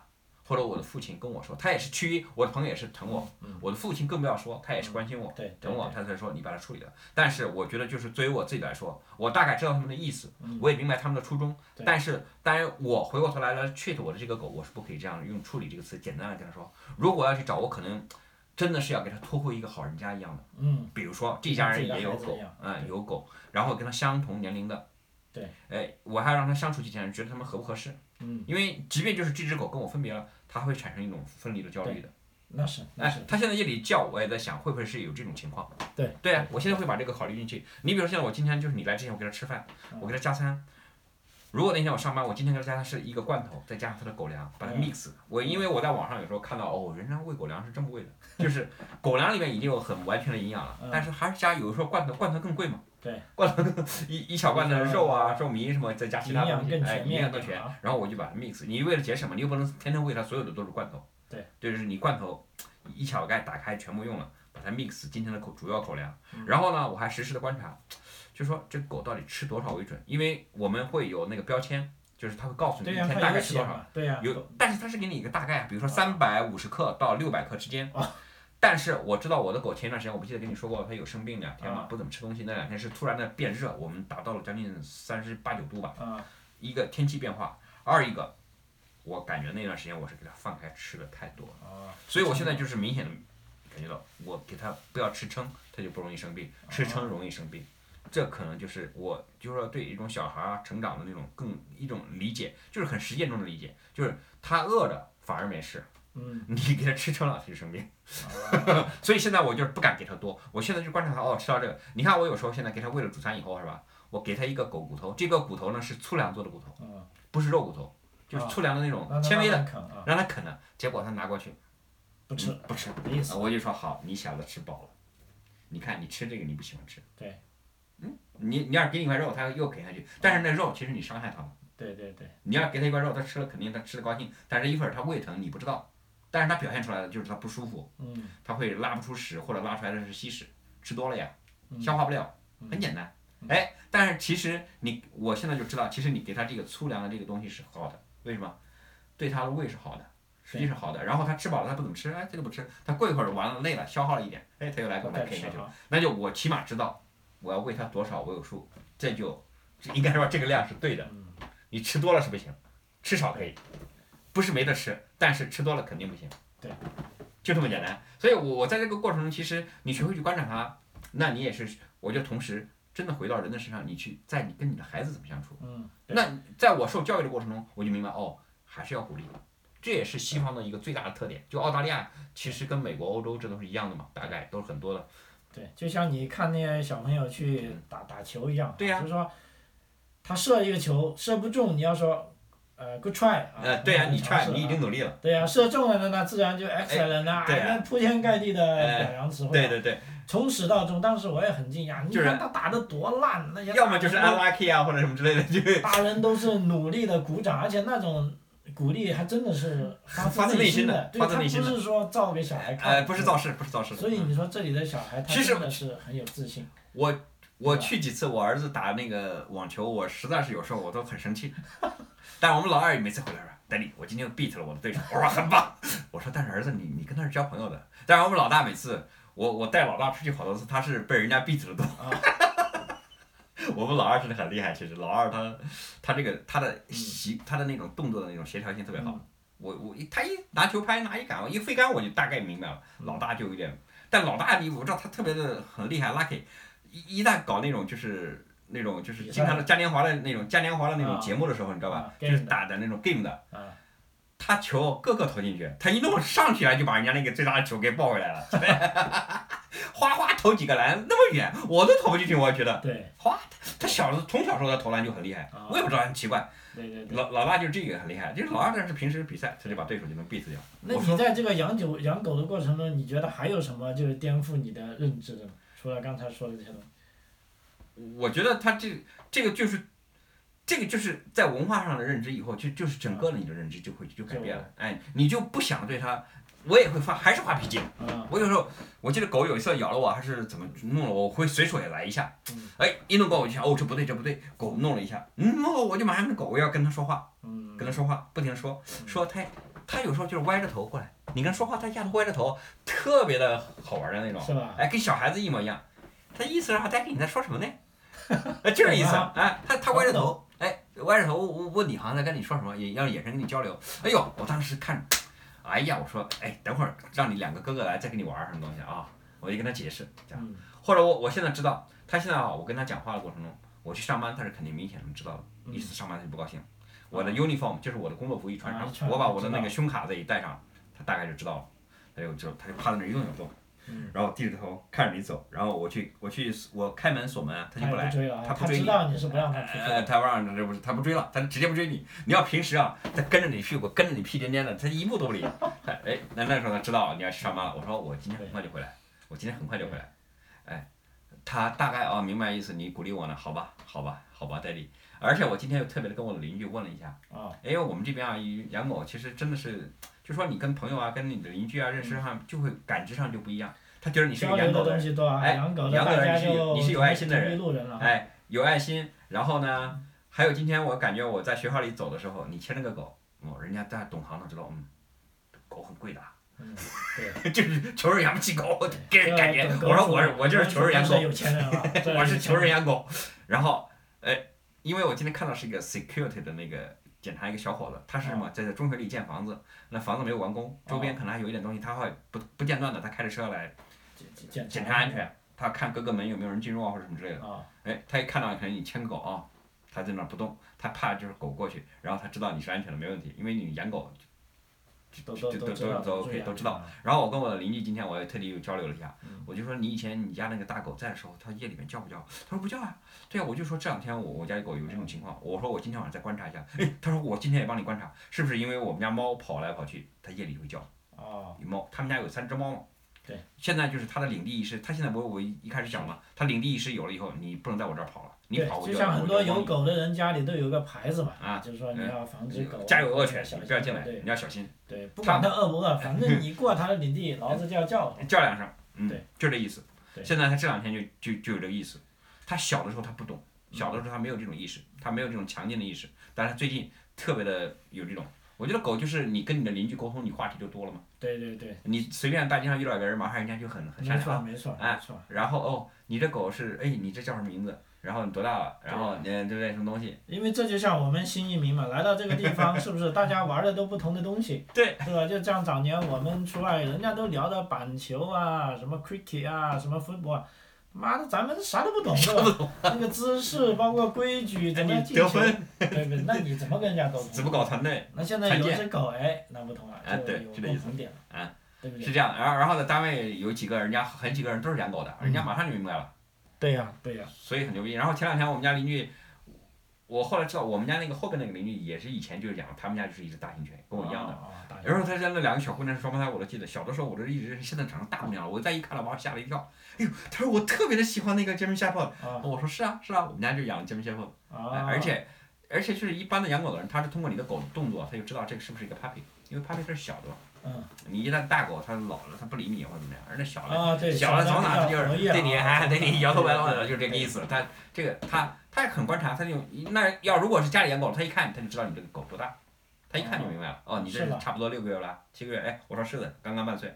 [SPEAKER 2] 或者我的父亲跟我说，他也是趋于我的朋友也是疼我，
[SPEAKER 1] 嗯
[SPEAKER 2] 我的父亲更不要说，他也是关心我，
[SPEAKER 1] 对对
[SPEAKER 2] 疼我，
[SPEAKER 1] 对
[SPEAKER 2] 他才说你把它处理了。但是我觉得就是作为我自己来说，我大概知道他们的意思，我也明白他们的初衷，
[SPEAKER 1] 嗯对
[SPEAKER 2] 但是当然我回过头来来 treat 我的这个狗，我是不可以这样用处理这个词简单的跟他说，如果要去找我，可能真的是要给他托付一个好人家一样的，
[SPEAKER 1] 嗯，
[SPEAKER 2] 比如说这家人也有
[SPEAKER 1] 像自己的孩子
[SPEAKER 2] 狗
[SPEAKER 1] 一样，
[SPEAKER 2] 嗯，
[SPEAKER 1] 对
[SPEAKER 2] 有狗，然后跟他相同年龄的。
[SPEAKER 1] 对，
[SPEAKER 2] 哎，我还要让他相处几天，觉得他们合不合适。
[SPEAKER 1] 嗯，
[SPEAKER 2] 因为即便就是这只狗跟我分别了，它会产生一种分离的焦虑的。
[SPEAKER 1] 那是那
[SPEAKER 2] 哎
[SPEAKER 1] 是，，
[SPEAKER 2] 它现在夜里叫，我也在想会不会是有这种情况。
[SPEAKER 1] 对
[SPEAKER 2] 对啊，我现在会把这个考虑进去。你比如说现在我今天就是你来之前，我给它吃饭，
[SPEAKER 1] 嗯
[SPEAKER 2] 我给它加餐。如果那天我上班，我今天给它加的是一个罐头，再加上它的狗粮，把它
[SPEAKER 1] 嗯
[SPEAKER 2] mix。我因为我在网上有时候看到哦，人家喂狗粮是这么喂的，就是狗粮里面已经有很完全的营养了
[SPEAKER 1] 嗯，
[SPEAKER 2] 但是还是加有时候罐头，罐头更贵嘛。
[SPEAKER 1] 对，
[SPEAKER 2] 罐头更一一小罐的肉啊、肉糜什么，再加其他
[SPEAKER 1] 营养
[SPEAKER 2] 东西，
[SPEAKER 1] 更
[SPEAKER 2] 哎，
[SPEAKER 1] 全
[SPEAKER 2] 营养
[SPEAKER 1] 面
[SPEAKER 2] 更
[SPEAKER 1] 一
[SPEAKER 2] 全
[SPEAKER 1] 点啊。
[SPEAKER 2] 然后我就把它 mix。你为了节省嘛，你又不能天天喂它所有的都是罐头。
[SPEAKER 1] 对，
[SPEAKER 2] 就是你罐头一小盖打开全部用了，把它 mix 今天的口主要口粮。
[SPEAKER 1] 嗯
[SPEAKER 2] 然后呢，我还实时的观察，就说这狗到底吃多少为准，因为我们会有那个标签，就是它会告诉你
[SPEAKER 1] 对
[SPEAKER 2] 一
[SPEAKER 1] 呀、
[SPEAKER 2] 啊天
[SPEAKER 1] 它
[SPEAKER 2] 大
[SPEAKER 1] 有
[SPEAKER 2] 概吃
[SPEAKER 1] 写
[SPEAKER 2] 多少。
[SPEAKER 1] 嘛，对呀、
[SPEAKER 2] 有，但是它是给你一个大概啊，比如说三百五十克到六百克之间。
[SPEAKER 1] 啊
[SPEAKER 2] 但是我知道我的狗前一段时间，我不记得跟你说过，它有生病两天嘛
[SPEAKER 1] 啊，
[SPEAKER 2] 不怎么吃东西，那两天是突然的变热，我们达到了将近三十八九度吧，
[SPEAKER 1] 啊，
[SPEAKER 2] 一个天气变化，二一个，我感觉那段时间我是给它放开吃的太多了，
[SPEAKER 1] 啊，
[SPEAKER 2] 所以我现在就是明显的感觉到，我给它不要吃撑，它就不容易生病，吃撑容易生病。这可能就是我，就是说对一种小孩儿啊成长的那种更一种理解，就是很实践中的理解，就是他饿着反而没事，
[SPEAKER 1] 嗯，
[SPEAKER 2] 你给他吃撑了他就生病。
[SPEAKER 1] 啊
[SPEAKER 2] 所以现在我就是不敢给他多，我现在就观察他，哦，吃到这个，你看我有时候现在给他喂了主餐以后是吧，我给他一个狗骨头，这个骨头呢是粗粮做的骨头，
[SPEAKER 1] 嗯，
[SPEAKER 2] 不是肉骨头，就是粗啊粮的那
[SPEAKER 1] 让它
[SPEAKER 2] 种纤维的，
[SPEAKER 1] 慢慢啃啊，
[SPEAKER 2] 让他啃的，结果他拿过去
[SPEAKER 1] 不吃
[SPEAKER 2] 嗯不吃，
[SPEAKER 1] 没意思，
[SPEAKER 2] 我就说好，你小子吃饱了，你看你吃这个你不喜欢吃，
[SPEAKER 1] 对，
[SPEAKER 2] 嗯，你你要是给你一块肉，他又啃下去，但是那肉其实你伤害他了，
[SPEAKER 1] 对对对，
[SPEAKER 2] 你要给他一块肉，他吃了肯定他吃的高兴，但是一会儿他胃疼你不知道，但是他表现出来的就是他不舒服，
[SPEAKER 1] 嗯，
[SPEAKER 2] 它会拉不出屎，或者拉出来的是稀屎，吃多了呀，消化不了，很简单。哎，但是其实你，我现在就知道，其实你给它这个粗粮的这个东西是好的，为什么？对它的胃是好的，实际是好的。然后它吃饱了，它不怎么吃，哎，它就不吃，它过一会儿完了累了，消耗了一点，哎，它又来
[SPEAKER 1] 不
[SPEAKER 2] 给我来
[SPEAKER 1] 带
[SPEAKER 2] 啃
[SPEAKER 1] 吃
[SPEAKER 2] 下去了。
[SPEAKER 1] 啊，
[SPEAKER 2] 那就我起码知道我要喂它多少，我有数，这就这应该说这个量是对的。你吃多了是不行，吃少可以，不是没得吃，但是吃多了肯定不行。
[SPEAKER 1] 对，
[SPEAKER 2] 就这么简单。所以我我在这个过程中，其实你学会去观察它，那你也是，我觉得同时真的回到人的身上，你去在你跟你的孩子怎么相处。
[SPEAKER 1] 嗯，对
[SPEAKER 2] 那在我受教育的过程中，我就明白哦，还是要鼓励。这也是西方的一个最大的特点，就澳大利亚其实跟美国、欧洲这都是一样的嘛，大概都是很多的。
[SPEAKER 1] 对，就像你看那些小朋友去打打球一样，
[SPEAKER 2] 嗯对呀
[SPEAKER 1] 就是说他射一个球射不中，你要说呃 good try 啊，
[SPEAKER 2] 呃，对呀、你
[SPEAKER 1] 很尝
[SPEAKER 2] try，
[SPEAKER 1] 试啊
[SPEAKER 2] 你已经努力了。
[SPEAKER 1] 对呀、射中了那那自然就 excellent 啦、
[SPEAKER 2] 对呀
[SPEAKER 1] 那铺天盖地的
[SPEAKER 2] 哎
[SPEAKER 1] 表扬词汇啊、
[SPEAKER 2] 对对对，
[SPEAKER 1] 从始到终，当时我也很惊讶，你
[SPEAKER 2] 就是
[SPEAKER 1] 看他打的多烂，那些
[SPEAKER 2] 要么就是
[SPEAKER 1] 大人
[SPEAKER 2] unlucky 啊，或者什么之类的，就
[SPEAKER 1] 大人都是努力的鼓掌，而且那种鼓励还真的 是
[SPEAKER 2] 发自
[SPEAKER 1] 内
[SPEAKER 2] 内心的
[SPEAKER 1] 的，对
[SPEAKER 2] 发
[SPEAKER 1] 他
[SPEAKER 2] 自内心的
[SPEAKER 1] 不是说造给小孩看，
[SPEAKER 2] 呃，不是。造势，不是造势。
[SPEAKER 1] 所以你说这里的小孩，他
[SPEAKER 2] 其实
[SPEAKER 1] 真的是很有自信。
[SPEAKER 2] 我我
[SPEAKER 1] 对吧
[SPEAKER 2] 去几次，我儿子打那个网球，我实在是有时候我都很生气。 但我们老二每次回来说，丹尼，我今天又 beat 了我的对手，我说很棒。我说但是儿子，你你跟他是交朋友 的。但是我们老大每次，我我带老大出去好多次，他是被人家 beat 的 多。我们老二是很厉害，其实老二他他这个他的习他的那种动作的那种协调性特别好。
[SPEAKER 1] 嗯
[SPEAKER 2] 我我一他一拿球拍拿一杆，我一挥杆我就大概明白了。老大就有点，但老大你我知道他特别的很厉害，lucky，一一旦搞那种就是那种就是
[SPEAKER 1] 比赛
[SPEAKER 2] 经常的嘉年华的那种嘉年华的那种
[SPEAKER 1] 啊
[SPEAKER 2] 节目的时候，你知道吧
[SPEAKER 1] 啊？
[SPEAKER 2] 就
[SPEAKER 1] game
[SPEAKER 2] 是
[SPEAKER 1] 的
[SPEAKER 2] 打的那种 game 的，
[SPEAKER 1] 啊，
[SPEAKER 2] 他球个个投进去，他一弄上起来就把人家那个最大的球给抱回来了， 哗哗投几个篮，那么远我都投不进去，我觉得。
[SPEAKER 1] 对
[SPEAKER 2] 哗，他小时候从小时候他投篮就很厉害
[SPEAKER 1] 啊，
[SPEAKER 2] 我也不知道很奇怪。
[SPEAKER 1] 对对对。
[SPEAKER 2] 老老大就是这个很厉害，就是老二但是平时比赛他就把对手就能 beat 掉。
[SPEAKER 1] 那
[SPEAKER 2] 我
[SPEAKER 1] 你
[SPEAKER 2] 说
[SPEAKER 1] 在这个养狗养狗的过程中，你觉得还有什么就是颠覆你的认知的呢？除了刚才说的这些东西，
[SPEAKER 2] 我觉得他这这个就是，这个就是在文化上的认知以后，就就是整个的你的认知就会就改变了。
[SPEAKER 1] 嗯
[SPEAKER 2] 哎，你就不想对他，我也会发，还是发脾气。
[SPEAKER 1] 啊，
[SPEAKER 2] 我有时候我记得狗有一次咬了我，还是怎么弄了我，我会随手也来一下
[SPEAKER 1] 嗯。
[SPEAKER 2] 哎，一弄狗我就想，哦，这不对，这不对，狗弄了一下，嗯，弄了我就马上跟狗，我要跟它说话，
[SPEAKER 1] 嗯，
[SPEAKER 2] 跟它说话，不停的说，说它它有时候就是歪着头过来，你跟它说话，它一下头歪着头，特别的好玩的那种，
[SPEAKER 1] 是吧？
[SPEAKER 2] 哎，跟小孩子一模一样。它意思是还在跟你在说 什么呢？哎，就这意思。哎，它它歪着头，哎，歪着头问问你好像在跟你说什么，也要眼神跟你交流。哎呦，我当时看，哎呀，我说，哎，等会儿让你两个哥哥来再跟你玩儿什么东西啊？我就跟他解释，这样。
[SPEAKER 1] 嗯，
[SPEAKER 2] 或者我我现在知道，他现在啊，我跟他讲话的过程中，我去上班，他是肯定明显能知道的，
[SPEAKER 1] 嗯
[SPEAKER 2] 一次上班他就不高兴。我的 uniform 就是我的工作服一穿
[SPEAKER 1] 啊
[SPEAKER 2] 上
[SPEAKER 1] 一，穿
[SPEAKER 2] 我把
[SPEAKER 1] 上
[SPEAKER 2] 我的
[SPEAKER 1] 知道
[SPEAKER 2] 那个胸卡子一戴上，他大概就知道了，他就知道，他就趴在那儿一动也不动
[SPEAKER 1] 嗯，
[SPEAKER 2] 然后低着头看着你走，然后我去我去我开门锁门啊，他就
[SPEAKER 1] 他也
[SPEAKER 2] 不来
[SPEAKER 1] 不。追了啊，
[SPEAKER 2] 他不追
[SPEAKER 1] 知
[SPEAKER 2] 你
[SPEAKER 1] 道你是不让他出去
[SPEAKER 2] 呃，
[SPEAKER 1] 的，
[SPEAKER 2] 他不让，这不是他不追了，他直接不追你。你要平时啊，他跟着你屁股，跟着你屁颠颠的，他一步都不离。他 哎，那那时候他知道你要去上班了。我说我今天很快就回来，我今天很快就回来。哎，他大概啊明白意思，你鼓励我呢，好吧，好吧，好吧，戴笠。而且我今天又特别的跟我的邻居问了一下，
[SPEAKER 1] 啊，
[SPEAKER 2] 因为我们这边啊，杨某其实真的是，就说你跟朋友啊，跟你的邻居啊认识上，就会感知上就不一样。他觉得你是
[SPEAKER 1] 交
[SPEAKER 2] 个
[SPEAKER 1] 流
[SPEAKER 2] 养
[SPEAKER 1] 的
[SPEAKER 2] 狗的人
[SPEAKER 1] 东，西多啊，
[SPEAKER 2] 哎
[SPEAKER 1] 养狗的
[SPEAKER 2] 养狗
[SPEAKER 1] 大
[SPEAKER 2] 的人
[SPEAKER 1] 家
[SPEAKER 2] 是有
[SPEAKER 1] 就
[SPEAKER 2] 你是有爱心的人
[SPEAKER 1] 同归路人了啊，
[SPEAKER 2] 哎，有爱心。然后呢，还有今天我感觉我在学校里走的时候，你牵着个狗，哦，人家在懂行的知道，嗯，狗很贵的啊，
[SPEAKER 1] 嗯，
[SPEAKER 2] 就是穷人养不起狗，给
[SPEAKER 1] 对
[SPEAKER 2] 人感觉
[SPEAKER 1] 这。个
[SPEAKER 2] 我说我是我就是穷人养
[SPEAKER 1] 狗主
[SPEAKER 2] 狗
[SPEAKER 1] 都是，有钱人了，这
[SPEAKER 2] 我是穷人养狗。然后，哎，因为我今天看到是一个 security 的那个检查一个小伙子，他是什
[SPEAKER 1] 哦
[SPEAKER 2] 么在在中学里建房子，那房子没有完工，周边可能还有一点东西，他会不不间断的，他开着车
[SPEAKER 1] 哦
[SPEAKER 2] 来
[SPEAKER 1] 检
[SPEAKER 2] 检查安全，他看各个门有没有人进入啊或者什么之类的。
[SPEAKER 1] 啊，
[SPEAKER 2] 哎，他一看到可能你牵狗啊，他在那儿不动，他怕就是狗过去，然后他知道你是安全的，没问题，因为你养狗
[SPEAKER 1] 都都
[SPEAKER 2] 就
[SPEAKER 1] 都
[SPEAKER 2] 都
[SPEAKER 1] 知道
[SPEAKER 2] 都
[SPEAKER 1] 注意
[SPEAKER 2] OK，
[SPEAKER 1] 安
[SPEAKER 2] 都
[SPEAKER 1] 全
[SPEAKER 2] 知道
[SPEAKER 1] 啊
[SPEAKER 2] 然后我跟我的邻居今天我也特地又交流了一下，
[SPEAKER 1] 嗯
[SPEAKER 2] 我就说你以前你家那个大狗在的时候，它夜里面叫不叫？他说不叫啊。对啊，我就说这两天我我家狗有这种情况，我说我今天晚上再观察一下。哎，他说我今天也帮你观察，是不是因为我们家猫跑来跑去，它夜里会叫？
[SPEAKER 1] 哦，
[SPEAKER 2] 猫，他们家有三只猫嘛。
[SPEAKER 1] 对。
[SPEAKER 2] 现在就是它的领地意识，它现在不是我一一开始讲嘛，它领地意识有了以后，你不能在我这儿跑了，你
[SPEAKER 1] 对
[SPEAKER 2] 跑我
[SPEAKER 1] 就
[SPEAKER 2] 要
[SPEAKER 1] 像
[SPEAKER 2] 我
[SPEAKER 1] 很
[SPEAKER 2] 就
[SPEAKER 1] 多
[SPEAKER 2] 往
[SPEAKER 1] 有
[SPEAKER 2] 你
[SPEAKER 1] 狗的人家里都有个牌子嘛，
[SPEAKER 2] 啊
[SPEAKER 1] 就是说你要防止狗啊
[SPEAKER 2] 家有恶犬，
[SPEAKER 1] 小
[SPEAKER 2] 你不要进来，
[SPEAKER 1] 对
[SPEAKER 2] 你要小心，
[SPEAKER 1] 对，不管
[SPEAKER 2] 它
[SPEAKER 1] 它饿不饿，啊反正你过它的领 地，老子就要叫了。
[SPEAKER 2] 叫两声，嗯，
[SPEAKER 1] 对，
[SPEAKER 2] 就这意思。
[SPEAKER 1] 对
[SPEAKER 2] 现在他这两天就就就有这个意思，他小的时候他不懂，小的时候他没有这种意识，他没有这种强劲的意识，但是他最近特别的有这种。我觉得狗就是你跟你的邻居沟通，你话题就多了嘛。
[SPEAKER 1] 对对对，
[SPEAKER 2] 你随便大街上遇到一个人，马上人家就很很
[SPEAKER 1] 没
[SPEAKER 2] 善良
[SPEAKER 1] 错
[SPEAKER 2] 啊。
[SPEAKER 1] 没错
[SPEAKER 2] 哎
[SPEAKER 1] 没错，
[SPEAKER 2] 然后哦，你这狗是哎，你这叫什么名字？然后你多大了？然后你对不对？什么东西？
[SPEAKER 1] 因为这就像我们新移民嘛，来到这个地方，是不是大家玩的都不同的东西？
[SPEAKER 2] 对，
[SPEAKER 1] 是吧？就像早年我们出来，人家都聊的板球啊，什么 cricket 啊，什么 football，啊妈的，咱们啥都不懂，是吧？那个姿势，包括规矩，
[SPEAKER 2] 哎，
[SPEAKER 1] 怎么
[SPEAKER 2] 你
[SPEAKER 1] 进球，
[SPEAKER 2] 得分
[SPEAKER 1] 对对，那你怎么跟人家沟通？
[SPEAKER 2] 怎么搞团队？
[SPEAKER 1] 那现在有
[SPEAKER 2] 参
[SPEAKER 1] 只狗，哎，那不同了，
[SPEAKER 2] 哎
[SPEAKER 1] 就
[SPEAKER 2] 对
[SPEAKER 1] 有
[SPEAKER 2] 就这意
[SPEAKER 1] 共
[SPEAKER 2] 思
[SPEAKER 1] 同点了，
[SPEAKER 2] 哎
[SPEAKER 1] 对不
[SPEAKER 2] 是
[SPEAKER 1] 对？
[SPEAKER 2] 这样。然后然后呢，单位有几个人家很几个人都是养狗的，人家马上就明白了。
[SPEAKER 1] 对呀、对呀、
[SPEAKER 2] 所以很牛逼。然后前两天我们家邻居，我后来知道我们家那个后边那个邻居也是以前就是养，他们家就是一只大型犬，跟我一样的。
[SPEAKER 1] 啊，啊打
[SPEAKER 2] 然后他家那两个小姑娘是双胞胎，我都记得。小的时候我都一直现在长成大姑娘了，我再一看到把我吓了一跳。哎呦，他说我特别的喜欢那个 German Shepherd，
[SPEAKER 1] 啊
[SPEAKER 2] 我说是啊是啊，我们家就养了 German Shepherd，哎
[SPEAKER 1] 啊！
[SPEAKER 2] 而且而且就是一般的养狗的人，他是通过你的狗的动作，他就知道这个是不是一个 puppy，因为 puppy 它是小的嘛，
[SPEAKER 1] 嗯
[SPEAKER 2] 你一旦大狗它老了它不理你或者怎么样，而那小的
[SPEAKER 1] 啊，对，
[SPEAKER 2] 哦小的走
[SPEAKER 1] 它
[SPEAKER 2] 哪它就是对你还啊对你摇头摆脑的，就是这个意
[SPEAKER 1] 思。
[SPEAKER 2] 思。他这个他他很观察，他就那要如果是家里养狗，他一看他就知道你这个狗多大，他一看就明白了。哦，你这
[SPEAKER 1] 是
[SPEAKER 2] 是
[SPEAKER 1] 吧
[SPEAKER 2] 差不多六个月了，七个月。哎，我说是的，刚刚半岁，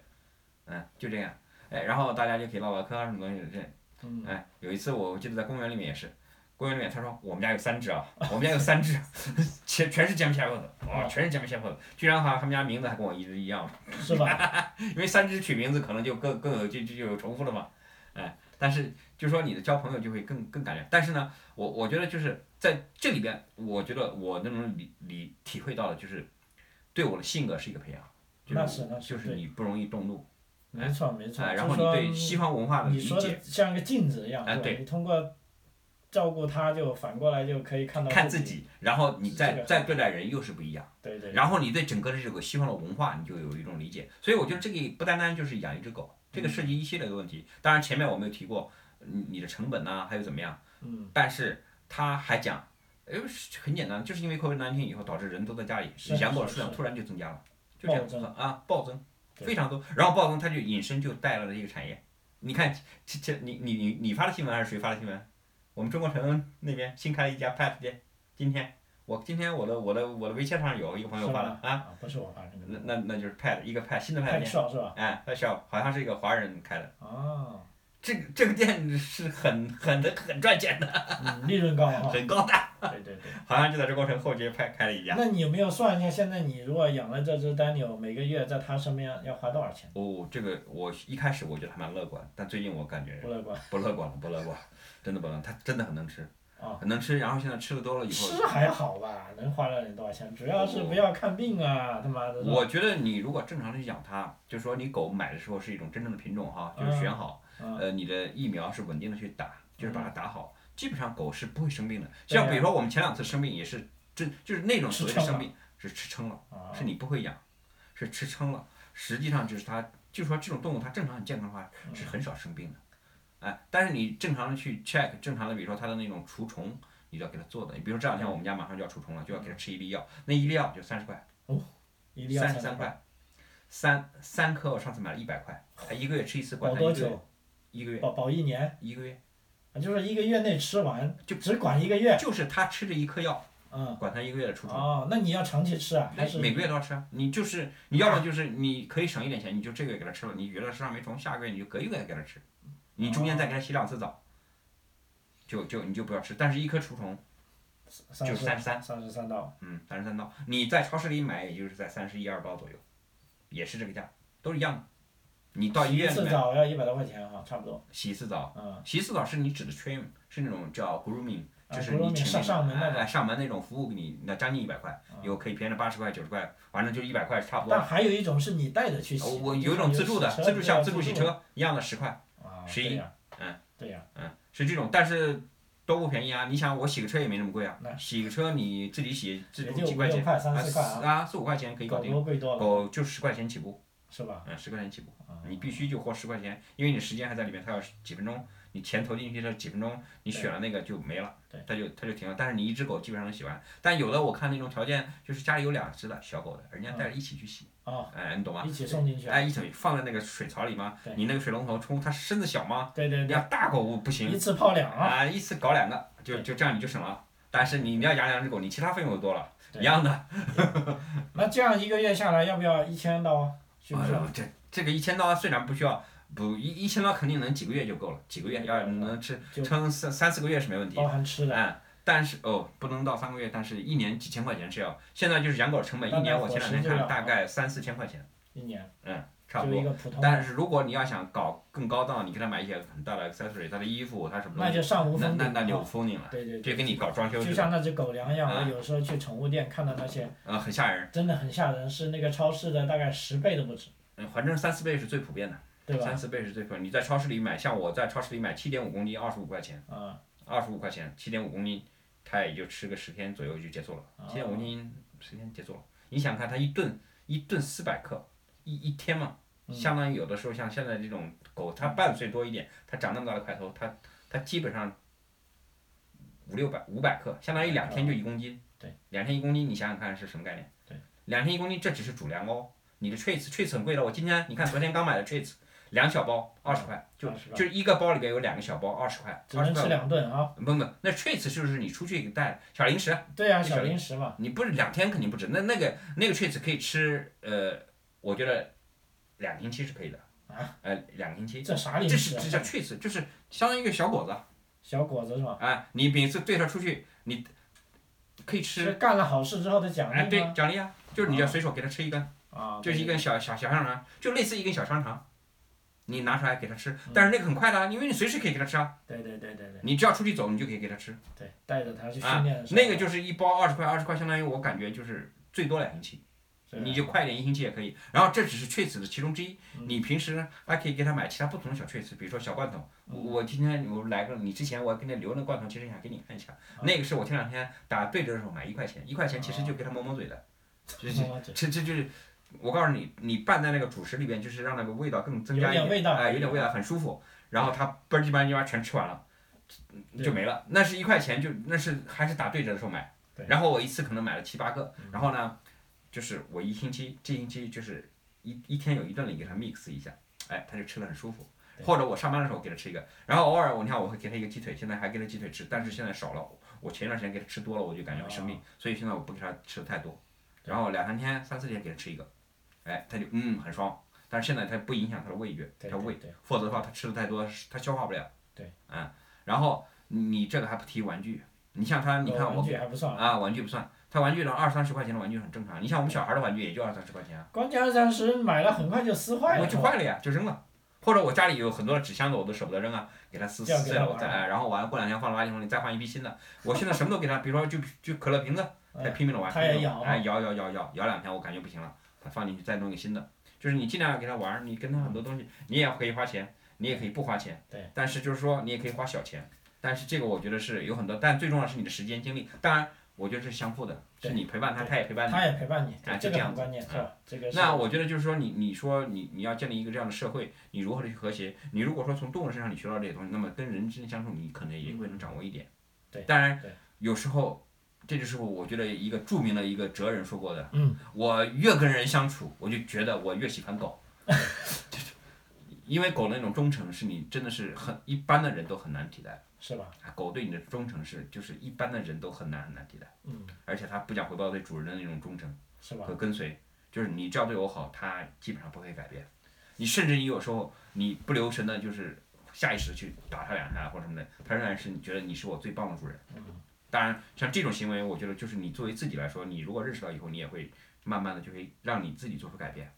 [SPEAKER 2] 嗯，就这样。哎，然后大家就可以唠唠嗑啊，什么东西的这。
[SPEAKER 1] 嗯，
[SPEAKER 2] 哎，有一次我我记得在公园里面也是，公园里面他说我们家有三只啊，我们家有三只， 全全是柬埔寨狗的，哦，全是柬埔寨狗的，居然好像他们家名字还跟我一直一样。
[SPEAKER 1] 是
[SPEAKER 2] 哎
[SPEAKER 1] 吧？
[SPEAKER 2] 因为三只取名字可能就更更有就就就有重复了嘛，哎，但是就说你的交朋友就会更更感觉，但是呢，我我觉得就是在这里边，我觉得我能理理体会到的就是对我的性格是一个培养，就是
[SPEAKER 1] 那是那是
[SPEAKER 2] 就是
[SPEAKER 1] 对
[SPEAKER 2] 你不容易动怒，
[SPEAKER 1] 没错没错。
[SPEAKER 2] 哎，
[SPEAKER 1] 就
[SPEAKER 2] 然后你
[SPEAKER 1] 说
[SPEAKER 2] 对西方文化的
[SPEAKER 1] 你
[SPEAKER 2] 理
[SPEAKER 1] 说
[SPEAKER 2] 解，
[SPEAKER 1] 的像个镜子一样，
[SPEAKER 2] 哎
[SPEAKER 1] 是吧
[SPEAKER 2] 对
[SPEAKER 1] 你通过照顾它，就反过来就可以看到
[SPEAKER 2] 看
[SPEAKER 1] 自
[SPEAKER 2] 自。己，然后你
[SPEAKER 1] 是这
[SPEAKER 2] 再
[SPEAKER 1] 个
[SPEAKER 2] 再对待人又是不一样。
[SPEAKER 1] 对对。
[SPEAKER 2] 然后你对整个的这个西方的文化，你就有一种理解。所以我觉得这个不单单就是养一只狗，这
[SPEAKER 1] 嗯
[SPEAKER 2] 个涉及一系列的问题。当然前面我们有提过，嗯你的成本呐、还有怎么样。
[SPEAKER 1] 嗯，
[SPEAKER 2] 但是他还讲，哎，很简单，就是因为 COVID 1 9以后导致人都在家里，
[SPEAKER 1] 是是
[SPEAKER 2] 养狗的数
[SPEAKER 1] 是
[SPEAKER 2] 量突然就增加了，就
[SPEAKER 1] 暴
[SPEAKER 2] 这
[SPEAKER 1] 增
[SPEAKER 2] 样啊，暴增，
[SPEAKER 1] 对
[SPEAKER 2] 非常多。然后暴增，它就引申就带来了一个产业。你看，这这你你你你发的新闻还是谁发的新闻？我们中国城那边新开了一家 Pet 店，今天我今天我的我的我的微信上有一个朋友
[SPEAKER 1] 是
[SPEAKER 2] 发
[SPEAKER 1] 吗
[SPEAKER 2] 了啊，，
[SPEAKER 1] 不是我发的，
[SPEAKER 2] 那那那就是 Pad 一个 Pad 新的 Pad
[SPEAKER 1] 太
[SPEAKER 2] 店，
[SPEAKER 1] 爽是吧？
[SPEAKER 2] 哎，Pad Shop 好像是一个华人开的，
[SPEAKER 1] 啊，
[SPEAKER 2] 这个这个店是很很的很赚钱的，
[SPEAKER 1] 嗯，利润高 哈，
[SPEAKER 2] 很高的，
[SPEAKER 1] 对对对。
[SPEAKER 2] 好像就在这过程后街派开了一家。
[SPEAKER 1] 那你有没有算一下，现在你如果养了这只丹纽，每个月在它身边要花多少钱？
[SPEAKER 2] 哦，这个我一开始我觉得还蛮乐观，但最近我感觉
[SPEAKER 1] 不乐观
[SPEAKER 2] 不乐观了，不乐观，真的不乐观，它真的很能吃，
[SPEAKER 1] 啊。
[SPEAKER 2] 很能吃，然后现在吃的多了以后。
[SPEAKER 1] 吃还好吧，能花了你多少钱？主要是不要看病啊，他妈的。
[SPEAKER 2] 我觉得你如果正常去养它，就说你狗买的时候是一种真正的品种哈，就是选好，
[SPEAKER 1] 嗯
[SPEAKER 2] 呃，你的疫苗是稳定的去打，就是把它打好，基本上狗是不会生病的。
[SPEAKER 1] 对呀
[SPEAKER 2] 像比如说我们前两次生病也是真就是那种
[SPEAKER 1] 吃
[SPEAKER 2] 所谓的
[SPEAKER 1] 撑
[SPEAKER 2] 生
[SPEAKER 1] 了
[SPEAKER 2] 病是吃撑了，
[SPEAKER 1] 啊，
[SPEAKER 2] 是你不会养，是吃撑了。实际上就是它，就说这种动物它正常很健康的话
[SPEAKER 1] 嗯
[SPEAKER 2] 是很少生病的，哎，但是你正常的去 check 正常的，比如说它的那种除虫，你就要给它做的。你比如这
[SPEAKER 1] 嗯
[SPEAKER 2] 两天我们家马上就要除虫了，就要给它吃一粒药，那一粒药就三十块。
[SPEAKER 1] 一定要
[SPEAKER 2] 三十
[SPEAKER 1] 三
[SPEAKER 2] 三，块，三三颗我上次买了一百块，他一个月吃一次，管
[SPEAKER 1] 保
[SPEAKER 2] 他
[SPEAKER 1] 多
[SPEAKER 2] 一个月
[SPEAKER 1] 久？
[SPEAKER 2] 一个月
[SPEAKER 1] 保保一年，啊
[SPEAKER 2] 一个月，
[SPEAKER 1] 就是一个月内吃完，
[SPEAKER 2] 就
[SPEAKER 1] 只管一个月。
[SPEAKER 2] 就是他吃这一颗药，
[SPEAKER 1] 嗯，
[SPEAKER 2] 管他一个月的出虫，
[SPEAKER 1] 哦，那你要长期吃啊，还是
[SPEAKER 2] 每个月都要吃啊。你就是你要么就是你可以省一点钱，你就这个月给他吃了，你觉得身上没虫，下个月你就隔一个月给他吃，你中间再给他洗两次澡，就就你就不要吃，但是一颗除虫，
[SPEAKER 1] 三
[SPEAKER 2] 就是
[SPEAKER 1] 三
[SPEAKER 2] 33
[SPEAKER 1] 三十三刀？
[SPEAKER 2] 嗯，三十三刀，你在超市里买也就是在三十一二刀左右，也是这个价，都是一样的。你到医
[SPEAKER 1] 一
[SPEAKER 2] 院里
[SPEAKER 1] 次
[SPEAKER 2] 面
[SPEAKER 1] 澡要一百多块钱哈，差不多。
[SPEAKER 2] 洗一次澡。
[SPEAKER 1] 嗯，
[SPEAKER 2] 洗四澡是你指的 trim，是那种叫 grooming，
[SPEAKER 1] 啊
[SPEAKER 2] 就是你
[SPEAKER 1] grooming，
[SPEAKER 2] 请
[SPEAKER 1] 上上门那
[SPEAKER 2] 那
[SPEAKER 1] 种啊
[SPEAKER 2] 哎上门那种服务给你，那将近一百块，有可以便宜的八十块、九十块，反正就一百块差不多
[SPEAKER 1] 但。还有一种是你带着去洗，
[SPEAKER 2] 我我
[SPEAKER 1] 你
[SPEAKER 2] 有一种
[SPEAKER 1] 看
[SPEAKER 2] 自助的，
[SPEAKER 1] 洗车
[SPEAKER 2] 自助像
[SPEAKER 1] 对
[SPEAKER 2] 自助洗车一样的十块，
[SPEAKER 1] 啊，
[SPEAKER 2] 十一
[SPEAKER 1] 对呀
[SPEAKER 2] 嗯，
[SPEAKER 1] 对呀，
[SPEAKER 2] 嗯，是这种，但是都不便宜啊！你想我洗个车也没那么贵啊
[SPEAKER 1] 那，
[SPEAKER 2] 洗个车你自己洗自
[SPEAKER 1] 也
[SPEAKER 2] 助
[SPEAKER 1] 就
[SPEAKER 2] 几
[SPEAKER 1] 五
[SPEAKER 2] 块
[SPEAKER 1] 六
[SPEAKER 2] 钱，
[SPEAKER 1] 块、三四块啊，
[SPEAKER 2] 啊四五块钱可以搞
[SPEAKER 1] 狗
[SPEAKER 2] 定，
[SPEAKER 1] 狗贵多了，
[SPEAKER 2] 狗就十块钱起步，
[SPEAKER 1] 是吧？
[SPEAKER 2] 嗯，十块钱起步。
[SPEAKER 1] 啊
[SPEAKER 2] 你必须就花十块钱，因为你时间还在里面，它要几分钟，你钱投进去这几分钟，你选了那个就没了
[SPEAKER 1] 对，
[SPEAKER 2] 它就它就停了。但是你一只狗基本上能洗完，但有的我看那种条件就是家里有两只的小狗的，人家带着一起去洗，
[SPEAKER 1] 啊，
[SPEAKER 2] 哎，你懂吗
[SPEAKER 1] 嗯一？起送进去。
[SPEAKER 2] 哎，一起放在那个水槽里吗
[SPEAKER 1] 对？
[SPEAKER 2] 你那个水龙头冲，它身子小吗？
[SPEAKER 1] 对对
[SPEAKER 2] 你
[SPEAKER 1] 对，
[SPEAKER 2] 要大狗不
[SPEAKER 1] 一
[SPEAKER 2] 行
[SPEAKER 1] 次泡两啊，
[SPEAKER 2] 啊，一次搞两个，就
[SPEAKER 1] 对
[SPEAKER 2] 就这样你就省了。但是你你要养两只狗，你其他费用就多了，
[SPEAKER 1] 对
[SPEAKER 2] 一样的。
[SPEAKER 1] 那这样一个月下来要不要一千刀啊？需不
[SPEAKER 2] 哎
[SPEAKER 1] 需要？
[SPEAKER 2] 呦，这这个一千刀虽然不需要，不一一千刀肯定能几个月就够了，几个月要能吃
[SPEAKER 1] 嗯就
[SPEAKER 2] 撑三三四个月是没问题
[SPEAKER 1] 包。含吃的，
[SPEAKER 2] 哎，但是哦，不能到三个月，但是一年几千块钱是要。现在就是养狗成本，
[SPEAKER 1] 那
[SPEAKER 2] 一年
[SPEAKER 1] 那
[SPEAKER 2] 我前两
[SPEAKER 1] 伙食
[SPEAKER 2] 天
[SPEAKER 1] 就
[SPEAKER 2] 看
[SPEAKER 1] 要
[SPEAKER 2] 大概三四千块钱，
[SPEAKER 1] 一年
[SPEAKER 2] 嗯，差不
[SPEAKER 1] 就一
[SPEAKER 2] 多。
[SPEAKER 1] 个普通的，
[SPEAKER 2] 但是如果你要想搞更高档，你给它买一些很大的 accessory，它的衣服，它什么
[SPEAKER 1] 那
[SPEAKER 2] 东西，
[SPEAKER 1] 就上无
[SPEAKER 2] 那
[SPEAKER 1] 风
[SPEAKER 2] 那
[SPEAKER 1] 顶
[SPEAKER 2] 那就
[SPEAKER 1] 了
[SPEAKER 2] 封顶了，
[SPEAKER 1] 对对对
[SPEAKER 2] 这。跟你搞装修
[SPEAKER 1] 就
[SPEAKER 2] 似的，
[SPEAKER 1] 像那只狗粮一样，
[SPEAKER 2] 啊
[SPEAKER 1] 我有时候去宠物店看到那些，
[SPEAKER 2] 呃，很吓人。
[SPEAKER 1] 真的很吓人，是那个超市的大概十倍都不止，
[SPEAKER 2] 嗯，反正三四倍是最普遍的，
[SPEAKER 1] 对
[SPEAKER 2] 三
[SPEAKER 1] 吧？
[SPEAKER 2] 四倍是最普遍。你在超市里买，像我在超市里买七点五公斤，二十五块钱，
[SPEAKER 1] 啊，
[SPEAKER 2] 二十五块钱，七点五公斤，它也就吃个十天左右就结束了，
[SPEAKER 1] 哦
[SPEAKER 2] 七点五公斤十天结束了。你想看它一顿一顿四百克，一一天嘛，
[SPEAKER 1] 嗯
[SPEAKER 2] 相当于有的时候像现在这种狗，它半岁多一点，它长那么大的块头，它它基本上五六百五百克，相当于两天就一公斤。
[SPEAKER 1] 对，
[SPEAKER 2] 两天一公斤，你想想看是什么概念？
[SPEAKER 1] 对，
[SPEAKER 2] 两天一公斤，这只是主粮哦。你的 treats treats 很贵的，我今天你看昨天刚买的 treats。两小包二十块，就
[SPEAKER 1] 20吧
[SPEAKER 2] 就是一个包里边有两个小包，二十块，
[SPEAKER 1] 只
[SPEAKER 2] 二十
[SPEAKER 1] 能
[SPEAKER 2] 块
[SPEAKER 1] 吃两顿啊。
[SPEAKER 2] 不不，那 treats 就是你出去给带小零食，
[SPEAKER 1] 对啊，
[SPEAKER 2] 就小
[SPEAKER 1] 小零食嘛，
[SPEAKER 2] 你不是两天肯定不止。那那个那个 treats 可以吃，呃，我觉得两个星期是可以的。
[SPEAKER 1] 啊？
[SPEAKER 2] 呃，两个星期，
[SPEAKER 1] 这啥零
[SPEAKER 2] 这是
[SPEAKER 1] 食啊？
[SPEAKER 2] 这叫 treats，就是相当于一个小果子。
[SPEAKER 1] 小果子是吧？
[SPEAKER 2] 哎，你每次对它出去，你可以
[SPEAKER 1] 是
[SPEAKER 2] 吃，
[SPEAKER 1] 干了好事之后的奖
[SPEAKER 2] 哎，
[SPEAKER 1] 励
[SPEAKER 2] 对，
[SPEAKER 1] 吗？
[SPEAKER 2] 奖励啊，就是你要随手给它吃一根，
[SPEAKER 1] 啊，
[SPEAKER 2] 就是一
[SPEAKER 1] 对
[SPEAKER 2] 根小小小香肠，啊就类似一根小香肠。你拿出来给它吃，但是那个很快的啊，因为你随时可以给它吃啊，
[SPEAKER 1] 对对对对对
[SPEAKER 2] 你只要出去走，你就可以给它吃。
[SPEAKER 1] 对，带着它去
[SPEAKER 2] 啊
[SPEAKER 1] 训练的时候，
[SPEAKER 2] 那个就是一包二十块，二十块相当于我感觉就是最多两星期，
[SPEAKER 1] 是吧
[SPEAKER 2] 你就快一点一星期也可以。然后这只是 treats 的其中之一，你平时还可以给他买其他不同的小 treats，比如说小罐头。我我今天我来个，你之前我还给他留那罐头，其实想给你看一下，那个是我前两天打对折的时候买一块钱，一块钱其实就给他抹抹嘴的，这这
[SPEAKER 1] 摸着
[SPEAKER 2] 这这就是。我告诉你，你拌在那个主食里边，就是让那个味道更增
[SPEAKER 1] 有
[SPEAKER 2] 加一
[SPEAKER 1] 点味道
[SPEAKER 2] 哎，有点味道，很舒服。然后它嘣儿叽吧唧吧全吃完了，就
[SPEAKER 1] 对
[SPEAKER 2] 没了。那是一块钱就那是还是打对折的时候买
[SPEAKER 1] 对，嗯
[SPEAKER 2] 然后我一次可能买了七八个，然后呢，就是我一星期这星期就是一一天有一顿里给它 mix 一下，哎，它就吃的很舒服。
[SPEAKER 1] 对
[SPEAKER 2] 或者我上班的时候给它吃一个，然后偶尔我你看我会给它一个鸡腿，现在还给它鸡腿吃，但是现在少了。我我前一段时间给它吃多了，我就感觉会生
[SPEAKER 1] 哦
[SPEAKER 2] 病，所以现在我不给它吃的太多，然后两三天、三四天给它吃一个，哎，它就嗯很爽，但是现在它不影响它的味觉，
[SPEAKER 1] 对
[SPEAKER 2] 它
[SPEAKER 1] 对
[SPEAKER 2] 胃，
[SPEAKER 1] 对，
[SPEAKER 2] 否则的话它吃的太多，它消化不了。
[SPEAKER 1] 对，
[SPEAKER 2] 嗯，然后你这个还不提玩具，你像它，你看
[SPEAKER 1] 玩
[SPEAKER 2] 我
[SPEAKER 1] 具还不算啊，
[SPEAKER 2] 啊，玩具不算，它玩具的二三十块钱的玩具很正常，你像我们小孩的玩具也就二三十块钱啊。
[SPEAKER 1] 关键二三十买了很快就撕坏
[SPEAKER 2] 我
[SPEAKER 1] 了，
[SPEAKER 2] 就坏了呀，就扔了。或者我家里有很多纸箱子，我都舍不得扔啊，给它撕
[SPEAKER 1] 这样
[SPEAKER 2] 撕
[SPEAKER 1] 给
[SPEAKER 2] 碎
[SPEAKER 1] 它
[SPEAKER 2] 了，我
[SPEAKER 1] 玩
[SPEAKER 2] 再
[SPEAKER 1] 儿
[SPEAKER 2] 哎然后完过两天放垃圾桶里再换一批新的。我现在什么都给它，比如说就就可乐瓶子，它
[SPEAKER 1] 嗯
[SPEAKER 2] 拼命的玩，
[SPEAKER 1] 它
[SPEAKER 2] 拼
[SPEAKER 1] 也
[SPEAKER 2] 命地
[SPEAKER 1] 咬
[SPEAKER 2] 玩哎咬咬咬咬咬两天，我感觉不行了，它放进去再弄个新的。就是你尽量给它玩儿，你跟它很多东西，你也可以花钱，你也可以不花钱，
[SPEAKER 1] 嗯对，
[SPEAKER 2] 但是就是说你也可以花小钱，但是这个我觉得是有很多，但最重要的是你的时间精力，当然我觉得是相互的，是
[SPEAKER 1] 对
[SPEAKER 2] 你陪伴它，
[SPEAKER 1] 对
[SPEAKER 2] 它也陪伴你。
[SPEAKER 1] 他也陪伴你，
[SPEAKER 2] 啊
[SPEAKER 1] 对
[SPEAKER 2] 就
[SPEAKER 1] 这
[SPEAKER 2] 这
[SPEAKER 1] 个
[SPEAKER 2] 样
[SPEAKER 1] 很
[SPEAKER 2] 子
[SPEAKER 1] 关键，是吧？这个是
[SPEAKER 2] 那我觉得就是说你，你说你你要建立一个这样的社会，你如何的去和谐？你如果说从动物身上你学到这些东西，那么跟人之间相处，你可能也会能掌握一点。
[SPEAKER 1] 对
[SPEAKER 2] 当然
[SPEAKER 1] 对
[SPEAKER 2] 有时候，这就是我觉得一个著名的一个哲人说过的。
[SPEAKER 1] 嗯，
[SPEAKER 2] 我越跟人相处，我就觉得我越喜欢狗，就是因为狗的那种忠诚是你真的是很一般的人都很难替代。
[SPEAKER 1] 是吧？
[SPEAKER 2] 啊狗对你的忠诚是就是一般的人都很难很难替代，
[SPEAKER 1] 嗯，
[SPEAKER 2] 而且它不讲回报对主人的那种忠诚。
[SPEAKER 1] 是吧
[SPEAKER 2] 和？跟随，就是你只要对我好，他基本上不会改变。你甚至你有时候你不留神的，就是下意识地去打他两下或者什么的，他仍然是你觉得你是我最棒的主人。
[SPEAKER 1] 嗯
[SPEAKER 2] 当然，像这种行为，我觉得就是你作为自己来说，你如果认识到以后，你也会慢慢的就会让你自己做出改变。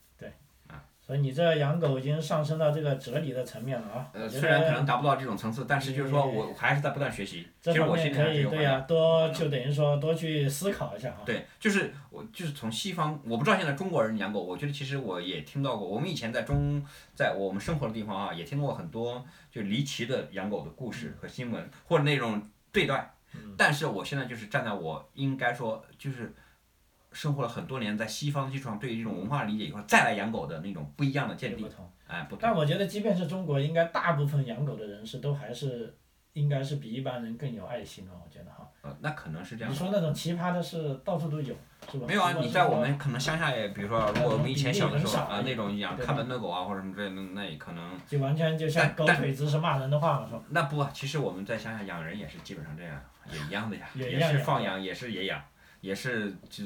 [SPEAKER 1] 所以你这养狗已经上升到这个哲理的层面了啊。
[SPEAKER 2] 呃，
[SPEAKER 1] 我觉
[SPEAKER 2] 虽然可
[SPEAKER 1] 得
[SPEAKER 2] 能达不到这种层次，但是就是说
[SPEAKER 1] 嗯
[SPEAKER 2] 我还是在不断学习。其
[SPEAKER 1] 这
[SPEAKER 2] 实
[SPEAKER 1] 方
[SPEAKER 2] 我
[SPEAKER 1] 面
[SPEAKER 2] 心里还
[SPEAKER 1] 可
[SPEAKER 2] 是有
[SPEAKER 1] 以，
[SPEAKER 2] 观
[SPEAKER 1] 对
[SPEAKER 2] 点
[SPEAKER 1] 呀，多就等于说多去思考一下啊。
[SPEAKER 2] 对，就是我就是从西方，我不知道现在中国人养狗，我觉得其实我也听到过，我们以前在中，在我们生活的地方啊，也听过很多就离奇的养狗的故事和新闻，或者那种对待。
[SPEAKER 1] 嗯
[SPEAKER 2] 但是我现在就是站在我应该说就是生活了很多年，在西方的基础上，对于这种文化理解以后，再来养狗的那种不一样的
[SPEAKER 1] 这
[SPEAKER 2] 见
[SPEAKER 1] 不
[SPEAKER 2] 地，
[SPEAKER 1] 同。
[SPEAKER 2] 哎，不同。
[SPEAKER 1] 但我觉得，即便是中国，应该大部分养狗的人士都还是应该是比一般人更有爱心的，啊我觉得哈。
[SPEAKER 2] 呃，那可能是这样
[SPEAKER 1] 你。说那种奇葩的事到处都有，是吧？
[SPEAKER 2] 没有啊
[SPEAKER 1] 只，不过
[SPEAKER 2] 你
[SPEAKER 1] 是
[SPEAKER 2] 在
[SPEAKER 1] 说呃
[SPEAKER 2] 我们可能乡下也，比如说，如果我们以前小的时候啊，那种养
[SPEAKER 1] 对
[SPEAKER 2] 看门的狗啊，或者什么之类的，那也可能
[SPEAKER 1] 就完全就像
[SPEAKER 2] 但
[SPEAKER 1] 狗
[SPEAKER 2] 但
[SPEAKER 1] 腿子是骂人的话了，是吧？
[SPEAKER 2] 那不，啊其实我们在乡下养人也是基本上这样，也一样的呀，
[SPEAKER 1] 也
[SPEAKER 2] 也
[SPEAKER 1] 一样
[SPEAKER 2] 是
[SPEAKER 1] 养
[SPEAKER 2] 放养，也是也养，也是就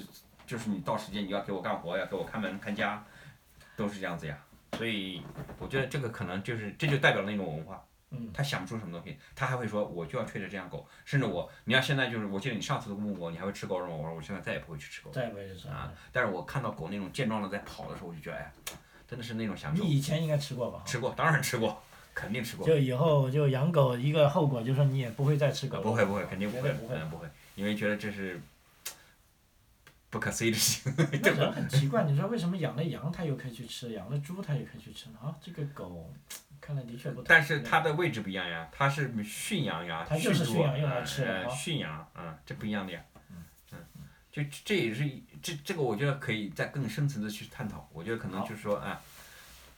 [SPEAKER 2] 就是你到时间你要给我干活，要给我看门看家，都是这样子呀。所以我觉得这个可能就是这就代表了那种文化，
[SPEAKER 1] 嗯，
[SPEAKER 2] 他想不出什么东西，他还会说我就要吹着这样狗，甚至我你要现在就是我记得你上次都问我你还会吃狗肉吗？我说我现在再也不会去吃狗肉
[SPEAKER 1] 再不也是
[SPEAKER 2] 啊。但是我看到狗那种健壮的在跑的时候，我就觉得哎呀，真的是那种享
[SPEAKER 1] 你
[SPEAKER 2] 受。
[SPEAKER 1] 以前应该吃过吧？
[SPEAKER 2] 吃过，当然吃过，肯定吃过。
[SPEAKER 1] 就以后就养狗一个后果就是你也不会再吃狗
[SPEAKER 2] 呃，
[SPEAKER 1] 肉。
[SPEAKER 2] 不会不会，肯定不
[SPEAKER 1] 绝
[SPEAKER 2] 会，
[SPEAKER 1] 对不会
[SPEAKER 2] 嗯不会，因为觉得这是不可思议的事情。
[SPEAKER 1] 那人很奇怪，你说为什么养了羊它又可以去吃，养了猪它也可以去吃呢？啊，这个狗看来的确不同。
[SPEAKER 2] 但是它的位置不一样呀，它是驯羊呀，
[SPEAKER 1] 它就是
[SPEAKER 2] 猪
[SPEAKER 1] 驯羊用来
[SPEAKER 2] 嗯
[SPEAKER 1] 吃的
[SPEAKER 2] 嗯
[SPEAKER 1] 啊
[SPEAKER 2] 驯羊，嗯，这不一样的呀。嗯，就这也是一这这个，我觉得可以再更深层的去探讨。我觉得可能
[SPEAKER 1] 好
[SPEAKER 2] 就是说，啊，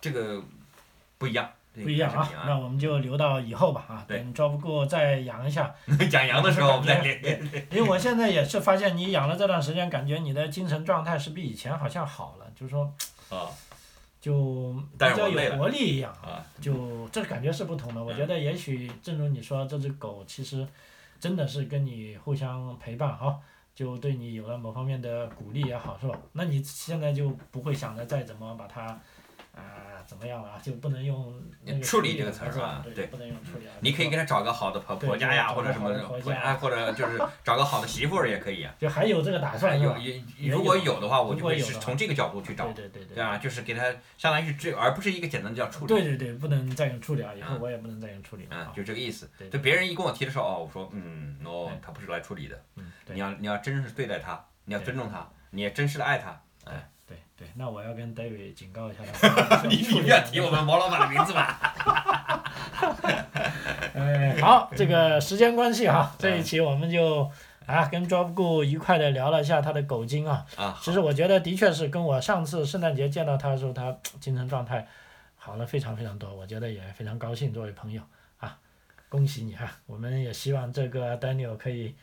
[SPEAKER 2] 这个不一样，这个
[SPEAKER 1] 不一样
[SPEAKER 2] 还
[SPEAKER 1] 啊
[SPEAKER 2] 是，
[SPEAKER 1] 那我们就留到以后吧啊，
[SPEAKER 2] 对
[SPEAKER 1] 等抓不过再养一下，
[SPEAKER 2] 讲羊的时候我们再连。
[SPEAKER 1] 因为我现在也是发现，你养了这段时间，感觉你的精神状态是比以前好像好了，就是说
[SPEAKER 2] 啊
[SPEAKER 1] 就
[SPEAKER 2] 但
[SPEAKER 1] 比
[SPEAKER 2] 是
[SPEAKER 1] 较
[SPEAKER 2] 我累了
[SPEAKER 1] 有活力一样，
[SPEAKER 2] 啊，
[SPEAKER 1] 就这感觉是不同的。我
[SPEAKER 2] 嗯
[SPEAKER 1] 觉得也许正如你说，这只狗其实真的是跟你互相陪伴哈、就对你有了某方面的鼓励也好，是吧？那你现在就不会想着再怎么把它。啊，怎么样了啊？就不能用那个
[SPEAKER 2] 处理这个词儿
[SPEAKER 1] 是吧
[SPEAKER 2] 啊？对
[SPEAKER 1] 对，不能用处理啊。
[SPEAKER 2] 你可以给他找个好的婆
[SPEAKER 1] 对
[SPEAKER 2] 婆家呀，
[SPEAKER 1] 找
[SPEAKER 2] 或
[SPEAKER 1] 个
[SPEAKER 2] 者什么
[SPEAKER 1] 好的婆家
[SPEAKER 2] 哎，或者就是找个好的媳妇儿也可以啊呀。
[SPEAKER 1] 就还有这个打
[SPEAKER 2] 哎
[SPEAKER 1] 算是
[SPEAKER 2] 有
[SPEAKER 1] 吧？
[SPEAKER 2] 有，
[SPEAKER 1] 也
[SPEAKER 2] 如果
[SPEAKER 1] 有
[SPEAKER 2] 有的话，我
[SPEAKER 1] 如
[SPEAKER 2] 就
[SPEAKER 1] 果
[SPEAKER 2] 会
[SPEAKER 1] 有
[SPEAKER 2] 是
[SPEAKER 1] 的
[SPEAKER 2] 从这个角度去找
[SPEAKER 1] 对，对对对
[SPEAKER 2] 对。啊，就是给他相当于是这，而不是一个简单的叫处理，
[SPEAKER 1] 对对对，不能再用处理啊！以后
[SPEAKER 2] 嗯
[SPEAKER 1] 我也不能再用处理了
[SPEAKER 2] 嗯
[SPEAKER 1] 啊，。
[SPEAKER 2] 就这个意思
[SPEAKER 1] 对。
[SPEAKER 2] 就别人一跟我提的时候，哦，我说嗯
[SPEAKER 1] 对
[SPEAKER 2] ，no，他不是来处理的，
[SPEAKER 1] 嗯，对
[SPEAKER 2] 你要你要真是对待他，你要
[SPEAKER 1] 对
[SPEAKER 2] 尊重他，你也真实的爱他。哎，
[SPEAKER 1] 对对，那我要跟 David 警告一下他
[SPEAKER 2] 。你你不要提我。们毛老板的名字吧。
[SPEAKER 1] 哎，好，这个时间关系哈，这一期我们就啊跟 Job Gu 愉快的聊了一下他的狗精啊。
[SPEAKER 2] 啊，
[SPEAKER 1] 其实我觉得的确是跟我上次圣诞节见到他的时候，他精神状态好了非常非常多，我觉得也非常高兴作为朋友啊，恭喜你啊！我们也希望这个 Daniel 可以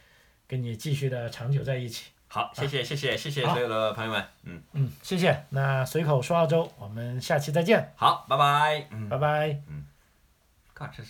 [SPEAKER 1] 跟你继续的长久在一起。
[SPEAKER 2] 好，谢谢谢谢谢谢
[SPEAKER 1] 好
[SPEAKER 2] 所有的朋友们，嗯，
[SPEAKER 1] 嗯，谢谢。那随口说澳洲，我们下期再见，
[SPEAKER 2] 好，拜拜，嗯，
[SPEAKER 1] 拜拜。
[SPEAKER 2] 看这是。